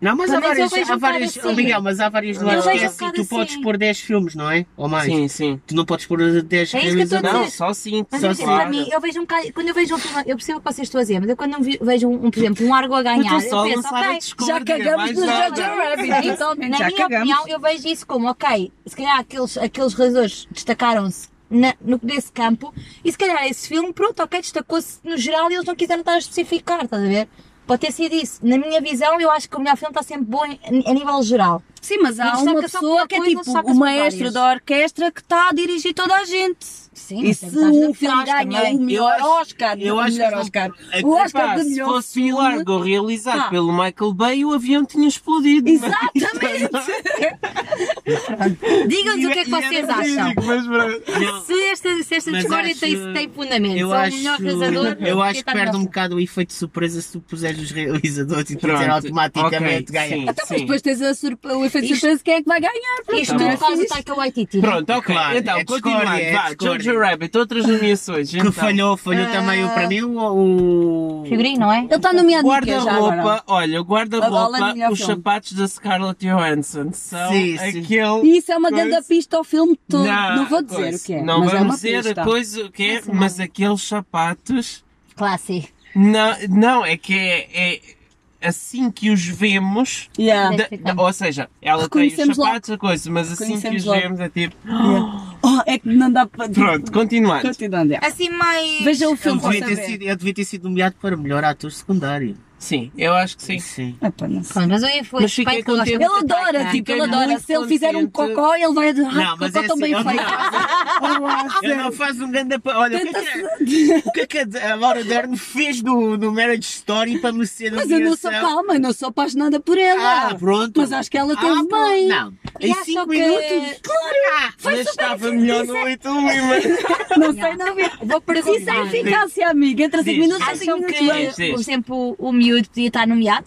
[SPEAKER 2] Não, mas há
[SPEAKER 3] Pelo menos eu
[SPEAKER 2] várias,
[SPEAKER 3] vejo
[SPEAKER 2] há
[SPEAKER 3] um
[SPEAKER 2] várias,
[SPEAKER 3] bocado assim.
[SPEAKER 2] Miguel, mas há várias
[SPEAKER 4] Eu
[SPEAKER 2] nuances
[SPEAKER 4] vejo
[SPEAKER 2] que é
[SPEAKER 4] um
[SPEAKER 2] assim,
[SPEAKER 3] bocado
[SPEAKER 2] tu podes
[SPEAKER 3] assim.
[SPEAKER 2] pôr 10 filmes, não é? Ou mais.
[SPEAKER 4] Sim, sim.
[SPEAKER 2] Tu não podes pôr 10
[SPEAKER 3] É isso que eu estou a
[SPEAKER 2] realizadores.
[SPEAKER 4] Não,
[SPEAKER 3] dizer.
[SPEAKER 4] só sim.
[SPEAKER 3] Mas
[SPEAKER 4] só
[SPEAKER 3] imagina, para
[SPEAKER 4] sim.
[SPEAKER 3] mim, eu vejo um bocado, quando eu vejo um filme, eu percebo o que vocês estão a dizer, mas eu quando vi- vejo um, um, por exemplo, um Argo a
[SPEAKER 4] Eu estou
[SPEAKER 3] ganhar,
[SPEAKER 4] só
[SPEAKER 3] eu
[SPEAKER 4] a
[SPEAKER 3] penso,
[SPEAKER 4] lançar a
[SPEAKER 3] ok,
[SPEAKER 4] discórdia,
[SPEAKER 1] Já cagamos
[SPEAKER 4] mais
[SPEAKER 1] no
[SPEAKER 4] nada.
[SPEAKER 1] Jojo Rabbit,
[SPEAKER 3] na
[SPEAKER 1] totalmente, já
[SPEAKER 3] minha
[SPEAKER 1] cagamos.
[SPEAKER 3] opinião, eu vejo isso como, ok, se calhar aqueles, aqueles realizadores destacaram-se na- no, nesse campo, e se calhar esse filme, pronto, ok, destacou-se no geral e eles não quiseram estar a especificar, estás a ver? Pode ter sido isso. Na minha visão, eu acho que o melhor filme está sempre bom em- a nível geral.
[SPEAKER 5] Sim, mas
[SPEAKER 3] Não
[SPEAKER 5] há
[SPEAKER 3] destaca
[SPEAKER 5] uma
[SPEAKER 3] só
[SPEAKER 5] pessoa
[SPEAKER 3] uma
[SPEAKER 5] que é
[SPEAKER 3] coisa,
[SPEAKER 5] tipo
[SPEAKER 3] destaca-se
[SPEAKER 5] o
[SPEAKER 3] por
[SPEAKER 5] maestro
[SPEAKER 3] várias.
[SPEAKER 5] da orquestra que
[SPEAKER 1] tá
[SPEAKER 5] está a dirigir toda a gente.
[SPEAKER 3] Sim,
[SPEAKER 1] E
[SPEAKER 3] mas
[SPEAKER 1] se
[SPEAKER 3] sempre estás na
[SPEAKER 1] o filme
[SPEAKER 3] frase
[SPEAKER 1] ganha um,
[SPEAKER 3] também.
[SPEAKER 1] o melhor
[SPEAKER 4] acho-
[SPEAKER 1] Oscar,
[SPEAKER 2] eu
[SPEAKER 1] o
[SPEAKER 2] acho
[SPEAKER 1] melhor
[SPEAKER 2] que-
[SPEAKER 1] Oscar,
[SPEAKER 2] é-
[SPEAKER 1] o Oscar
[SPEAKER 4] Epá,
[SPEAKER 1] do
[SPEAKER 4] se
[SPEAKER 1] melhor
[SPEAKER 4] fosse
[SPEAKER 1] filme.
[SPEAKER 4] um largo realizado
[SPEAKER 1] Ah.
[SPEAKER 4] pelo Michael Bay, o avião tinha explodido.
[SPEAKER 1] Exatamente!
[SPEAKER 5] Digam-nos o que é que vocês acham.
[SPEAKER 2] Não,
[SPEAKER 5] Se esta, se esta
[SPEAKER 2] Mas
[SPEAKER 5] discórdia tem,
[SPEAKER 2] acho-
[SPEAKER 5] tem fundamento,
[SPEAKER 2] eu
[SPEAKER 5] são
[SPEAKER 2] acho,
[SPEAKER 5] o melhor realizador.
[SPEAKER 2] eu acho que
[SPEAKER 3] tá
[SPEAKER 5] tentar
[SPEAKER 2] perde um
[SPEAKER 5] mostrar.
[SPEAKER 2] bocado o efeito de surpresa se tu puseres os realizadores e
[SPEAKER 4] Pronto,
[SPEAKER 2] dizer automaticamente
[SPEAKER 4] ok,
[SPEAKER 2] ganha.
[SPEAKER 4] sim,
[SPEAKER 1] Então, mas
[SPEAKER 4] sim.
[SPEAKER 1] depois tens a surpre- o efeito de
[SPEAKER 3] Isto-
[SPEAKER 1] surpresa quem é que vai ganhar. pronto,
[SPEAKER 3] Isto
[SPEAKER 1] também
[SPEAKER 3] tudo
[SPEAKER 1] é
[SPEAKER 3] por causa do
[SPEAKER 1] fixe.
[SPEAKER 3] Taika Waititi.
[SPEAKER 4] Pronto, ok.
[SPEAKER 2] Claro,
[SPEAKER 4] então,
[SPEAKER 2] é discórdia,
[SPEAKER 4] continuando.
[SPEAKER 2] é
[SPEAKER 4] Vá,
[SPEAKER 2] discórdia.
[SPEAKER 4] Jojo Rabbit, outras nomeações.
[SPEAKER 2] Que
[SPEAKER 4] então.
[SPEAKER 2] falhou, falhou também o,
[SPEAKER 1] ah,
[SPEAKER 2] para mim o. o-
[SPEAKER 3] Figurino, não é?
[SPEAKER 1] Ele está nomeado no quê já agora?
[SPEAKER 4] Guarda-roupa, olha, o
[SPEAKER 1] A bola
[SPEAKER 4] guarda-roupa,
[SPEAKER 1] melhor
[SPEAKER 4] os
[SPEAKER 1] filme.
[SPEAKER 4] sapatos da Scarlett Johansson são
[SPEAKER 2] Sim, sim.
[SPEAKER 4] aquele.
[SPEAKER 1] E isso é uma grande
[SPEAKER 4] Coisa.
[SPEAKER 1] pista ao filme todo.
[SPEAKER 4] Não,
[SPEAKER 1] Não, vou dizer
[SPEAKER 4] coisa.
[SPEAKER 1] o que é,
[SPEAKER 4] Não
[SPEAKER 1] mas é
[SPEAKER 4] vamos
[SPEAKER 1] uma
[SPEAKER 4] dizer
[SPEAKER 1] pista.
[SPEAKER 4] a coisa o que é, mas aqueles sapatos.
[SPEAKER 3] Classe.
[SPEAKER 4] Não, não é que é, é assim que os vemos.
[SPEAKER 1] Yeah.
[SPEAKER 4] da- da- ou seja, ela tem os
[SPEAKER 1] Ah, Reconhecemos
[SPEAKER 4] sapatos, a coisa, mas assim que os
[SPEAKER 1] Reconhecemos logo.
[SPEAKER 4] vemos é tipo.
[SPEAKER 1] Yeah. Oh, é que não dá para...
[SPEAKER 4] Pronto, continuando.
[SPEAKER 1] Continuando, yeah.
[SPEAKER 3] Assim mais...
[SPEAKER 1] Veja o
[SPEAKER 2] Ele
[SPEAKER 1] filme para
[SPEAKER 2] é um devia, ter
[SPEAKER 1] saber.
[SPEAKER 2] sido, ele devia ter sido nomeado para melhor ator secundário.
[SPEAKER 4] Sim, eu acho que sim.
[SPEAKER 2] Sim.
[SPEAKER 1] Epá, Ah, não sei.
[SPEAKER 3] Pronto, mas eu ia foi
[SPEAKER 4] Mas fiquei
[SPEAKER 3] respeito que eu gosto
[SPEAKER 4] contente.
[SPEAKER 1] Ele
[SPEAKER 3] muito do
[SPEAKER 1] adora,
[SPEAKER 3] Taika.
[SPEAKER 1] tipo, ele
[SPEAKER 4] Fiquei
[SPEAKER 1] adora.
[SPEAKER 4] muito
[SPEAKER 1] Se ele fizer um
[SPEAKER 4] contente.
[SPEAKER 1] cocó, ele vai adorar.
[SPEAKER 2] Não, mas
[SPEAKER 1] cocó
[SPEAKER 2] é
[SPEAKER 1] tão
[SPEAKER 2] assim,
[SPEAKER 1] bem
[SPEAKER 2] eu-
[SPEAKER 1] feito. Ah,
[SPEAKER 2] Ele não faz um grande. pa- Olha, o que, é que, o que é que a Laura Dern fez no, no Marriage Story para merecer a
[SPEAKER 1] Mas eu não sou
[SPEAKER 2] nomeação?
[SPEAKER 1] calma, eu não sou apaixonada por ela.
[SPEAKER 2] Ah, pronto.
[SPEAKER 1] Mas acho que ela teve
[SPEAKER 2] Ah, pronto.
[SPEAKER 1] bem.
[SPEAKER 2] Não,
[SPEAKER 3] E
[SPEAKER 2] em
[SPEAKER 3] acho
[SPEAKER 2] 5
[SPEAKER 3] que-
[SPEAKER 1] é?
[SPEAKER 2] minutos. Ah, Claro!
[SPEAKER 4] Mas estava melhor no Little
[SPEAKER 2] um,
[SPEAKER 4] Women.
[SPEAKER 1] Não sei, não vi.
[SPEAKER 3] Vou
[SPEAKER 1] Isso é
[SPEAKER 3] perguntar.
[SPEAKER 1] eficácia, amiga. Entre 5
[SPEAKER 4] Diz.
[SPEAKER 1] minutos e 5
[SPEAKER 3] Acham
[SPEAKER 1] minutos.
[SPEAKER 3] que,
[SPEAKER 4] Diz, diz.
[SPEAKER 3] por exemplo, o miúdo podia estar nomeado?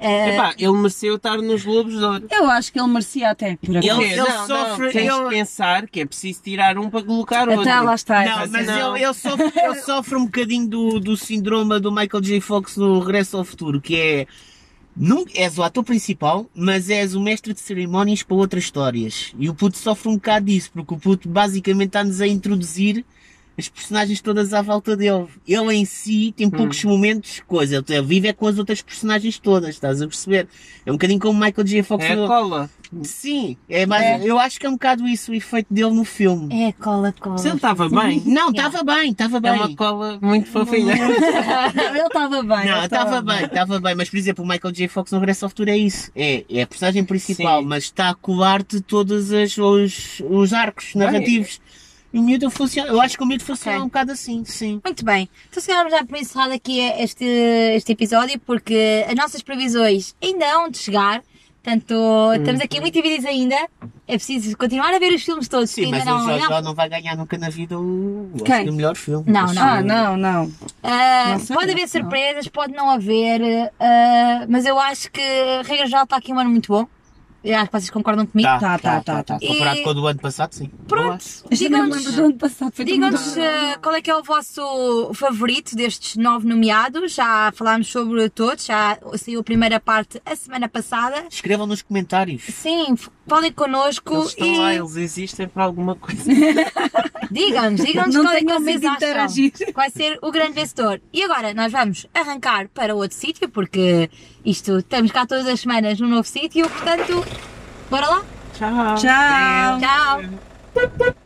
[SPEAKER 3] Eh,
[SPEAKER 4] Epá, ele mereceu estar nos Globos de Ouro.
[SPEAKER 1] Eu acho que ele merecia até, por
[SPEAKER 4] Ele,
[SPEAKER 1] acaso.
[SPEAKER 2] Ele- ele
[SPEAKER 4] não,
[SPEAKER 2] sofre-
[SPEAKER 4] não, tens
[SPEAKER 2] ele-
[SPEAKER 4] de pensar que é preciso tirar um para colocar outro.
[SPEAKER 1] Até lá está.
[SPEAKER 2] Não,
[SPEAKER 1] essa
[SPEAKER 2] mas
[SPEAKER 1] cena.
[SPEAKER 4] não.
[SPEAKER 2] Ele, ele, sofre, ele sofre um bocadinho do, do síndrome do Michael J. Fox no Regresso ao Futuro, que é. Não, és o ator principal, mas és o mestre de cerimónias para outras histórias. E o puto sofre um bocado disso, porque o puto basicamente está-nos a introduzir as personagens todas à volta dele. Ele em si
[SPEAKER 4] Hum.
[SPEAKER 2] tem poucos momentos, coisa. Ele, ele vive é com as outras personagens todas, estás a perceber? É um bocadinho como Michael J. Fox.
[SPEAKER 4] É a
[SPEAKER 2] no-
[SPEAKER 4] cola.
[SPEAKER 2] Sim, é, mas eu acho que é um bocado isso o efeito dele no filme.
[SPEAKER 3] É, cola, cola.
[SPEAKER 4] Se ele estava bem,
[SPEAKER 2] Não, estava bem, estava
[SPEAKER 4] é
[SPEAKER 2] bem.
[SPEAKER 4] uma cola muito fofinha.
[SPEAKER 1] Ele estava bem.
[SPEAKER 2] Não,
[SPEAKER 1] ele
[SPEAKER 2] estava bem, estava bem, mas por exemplo, o Michael J. Fox no Regresso ao Futuro é isso. É, é a personagem principal,
[SPEAKER 4] Sim.
[SPEAKER 2] mas está a colar-te todos as- os, os arcos narrativos. E o miúdo funciona, eu acho que o miúdo funciona
[SPEAKER 3] Ok.
[SPEAKER 2] um bocado assim, sim.
[SPEAKER 3] Muito bem, então se calhar já por encerrado aqui é este, este episódio, porque as nossas previsões ainda hão de chegar, portanto estamos
[SPEAKER 2] Uhum.
[SPEAKER 3] aqui muito divididos ainda, é preciso continuar a ver os filmes todos,
[SPEAKER 2] Sim,
[SPEAKER 3] que
[SPEAKER 2] mas
[SPEAKER 3] ainda
[SPEAKER 2] o
[SPEAKER 3] não,
[SPEAKER 2] Jojo
[SPEAKER 3] não,
[SPEAKER 2] não. vai ganhar nunca na vida o, acho
[SPEAKER 1] Quem?
[SPEAKER 2] que o melhor filme. Assim,
[SPEAKER 3] Não,
[SPEAKER 2] Acho
[SPEAKER 3] não.
[SPEAKER 1] Ah,
[SPEAKER 2] que-
[SPEAKER 1] não, não.
[SPEAKER 3] Ah,
[SPEAKER 1] Não sei,
[SPEAKER 3] pode
[SPEAKER 1] não
[SPEAKER 3] haver
[SPEAKER 1] sei.
[SPEAKER 3] surpresas, pode não haver, ah, mas eu acho que, regra geral, está aqui um ano muito bom, eu acho que vocês concordam comigo.
[SPEAKER 2] Tá,
[SPEAKER 1] Tá,
[SPEAKER 2] tá, tá,
[SPEAKER 1] tá, tá, tá.
[SPEAKER 2] Comparado
[SPEAKER 3] E-
[SPEAKER 2] com o do ano passado, sim.
[SPEAKER 3] Pronto,
[SPEAKER 1] Eu já não me
[SPEAKER 3] digam-nos
[SPEAKER 1] lembro do ano passado. foi tão
[SPEAKER 3] Digam-nos
[SPEAKER 1] bom.
[SPEAKER 3] eh, qual é que é o vosso favorito destes nove nomeados. Já falámos sobre todos, já saiu a primeira parte a semana passada.
[SPEAKER 2] Escrevam nos comentários.
[SPEAKER 3] Sim, f- falem connosco
[SPEAKER 4] Eles estão lá,
[SPEAKER 3] e
[SPEAKER 4] eles existem para alguma coisa.
[SPEAKER 3] digam-nos, digam-nos
[SPEAKER 1] Não
[SPEAKER 3] qual é que
[SPEAKER 1] tenham medo
[SPEAKER 3] vocês
[SPEAKER 1] de
[SPEAKER 3] acham.
[SPEAKER 1] interagir.
[SPEAKER 3] que Vai ser o grande vencedor. E agora nós vamos arrancar para outro sítio, porque isto estamos cá todas as semanas num novo sítio, portanto, bora lá?
[SPEAKER 4] Tchau.
[SPEAKER 1] Tchau.
[SPEAKER 3] Tchau!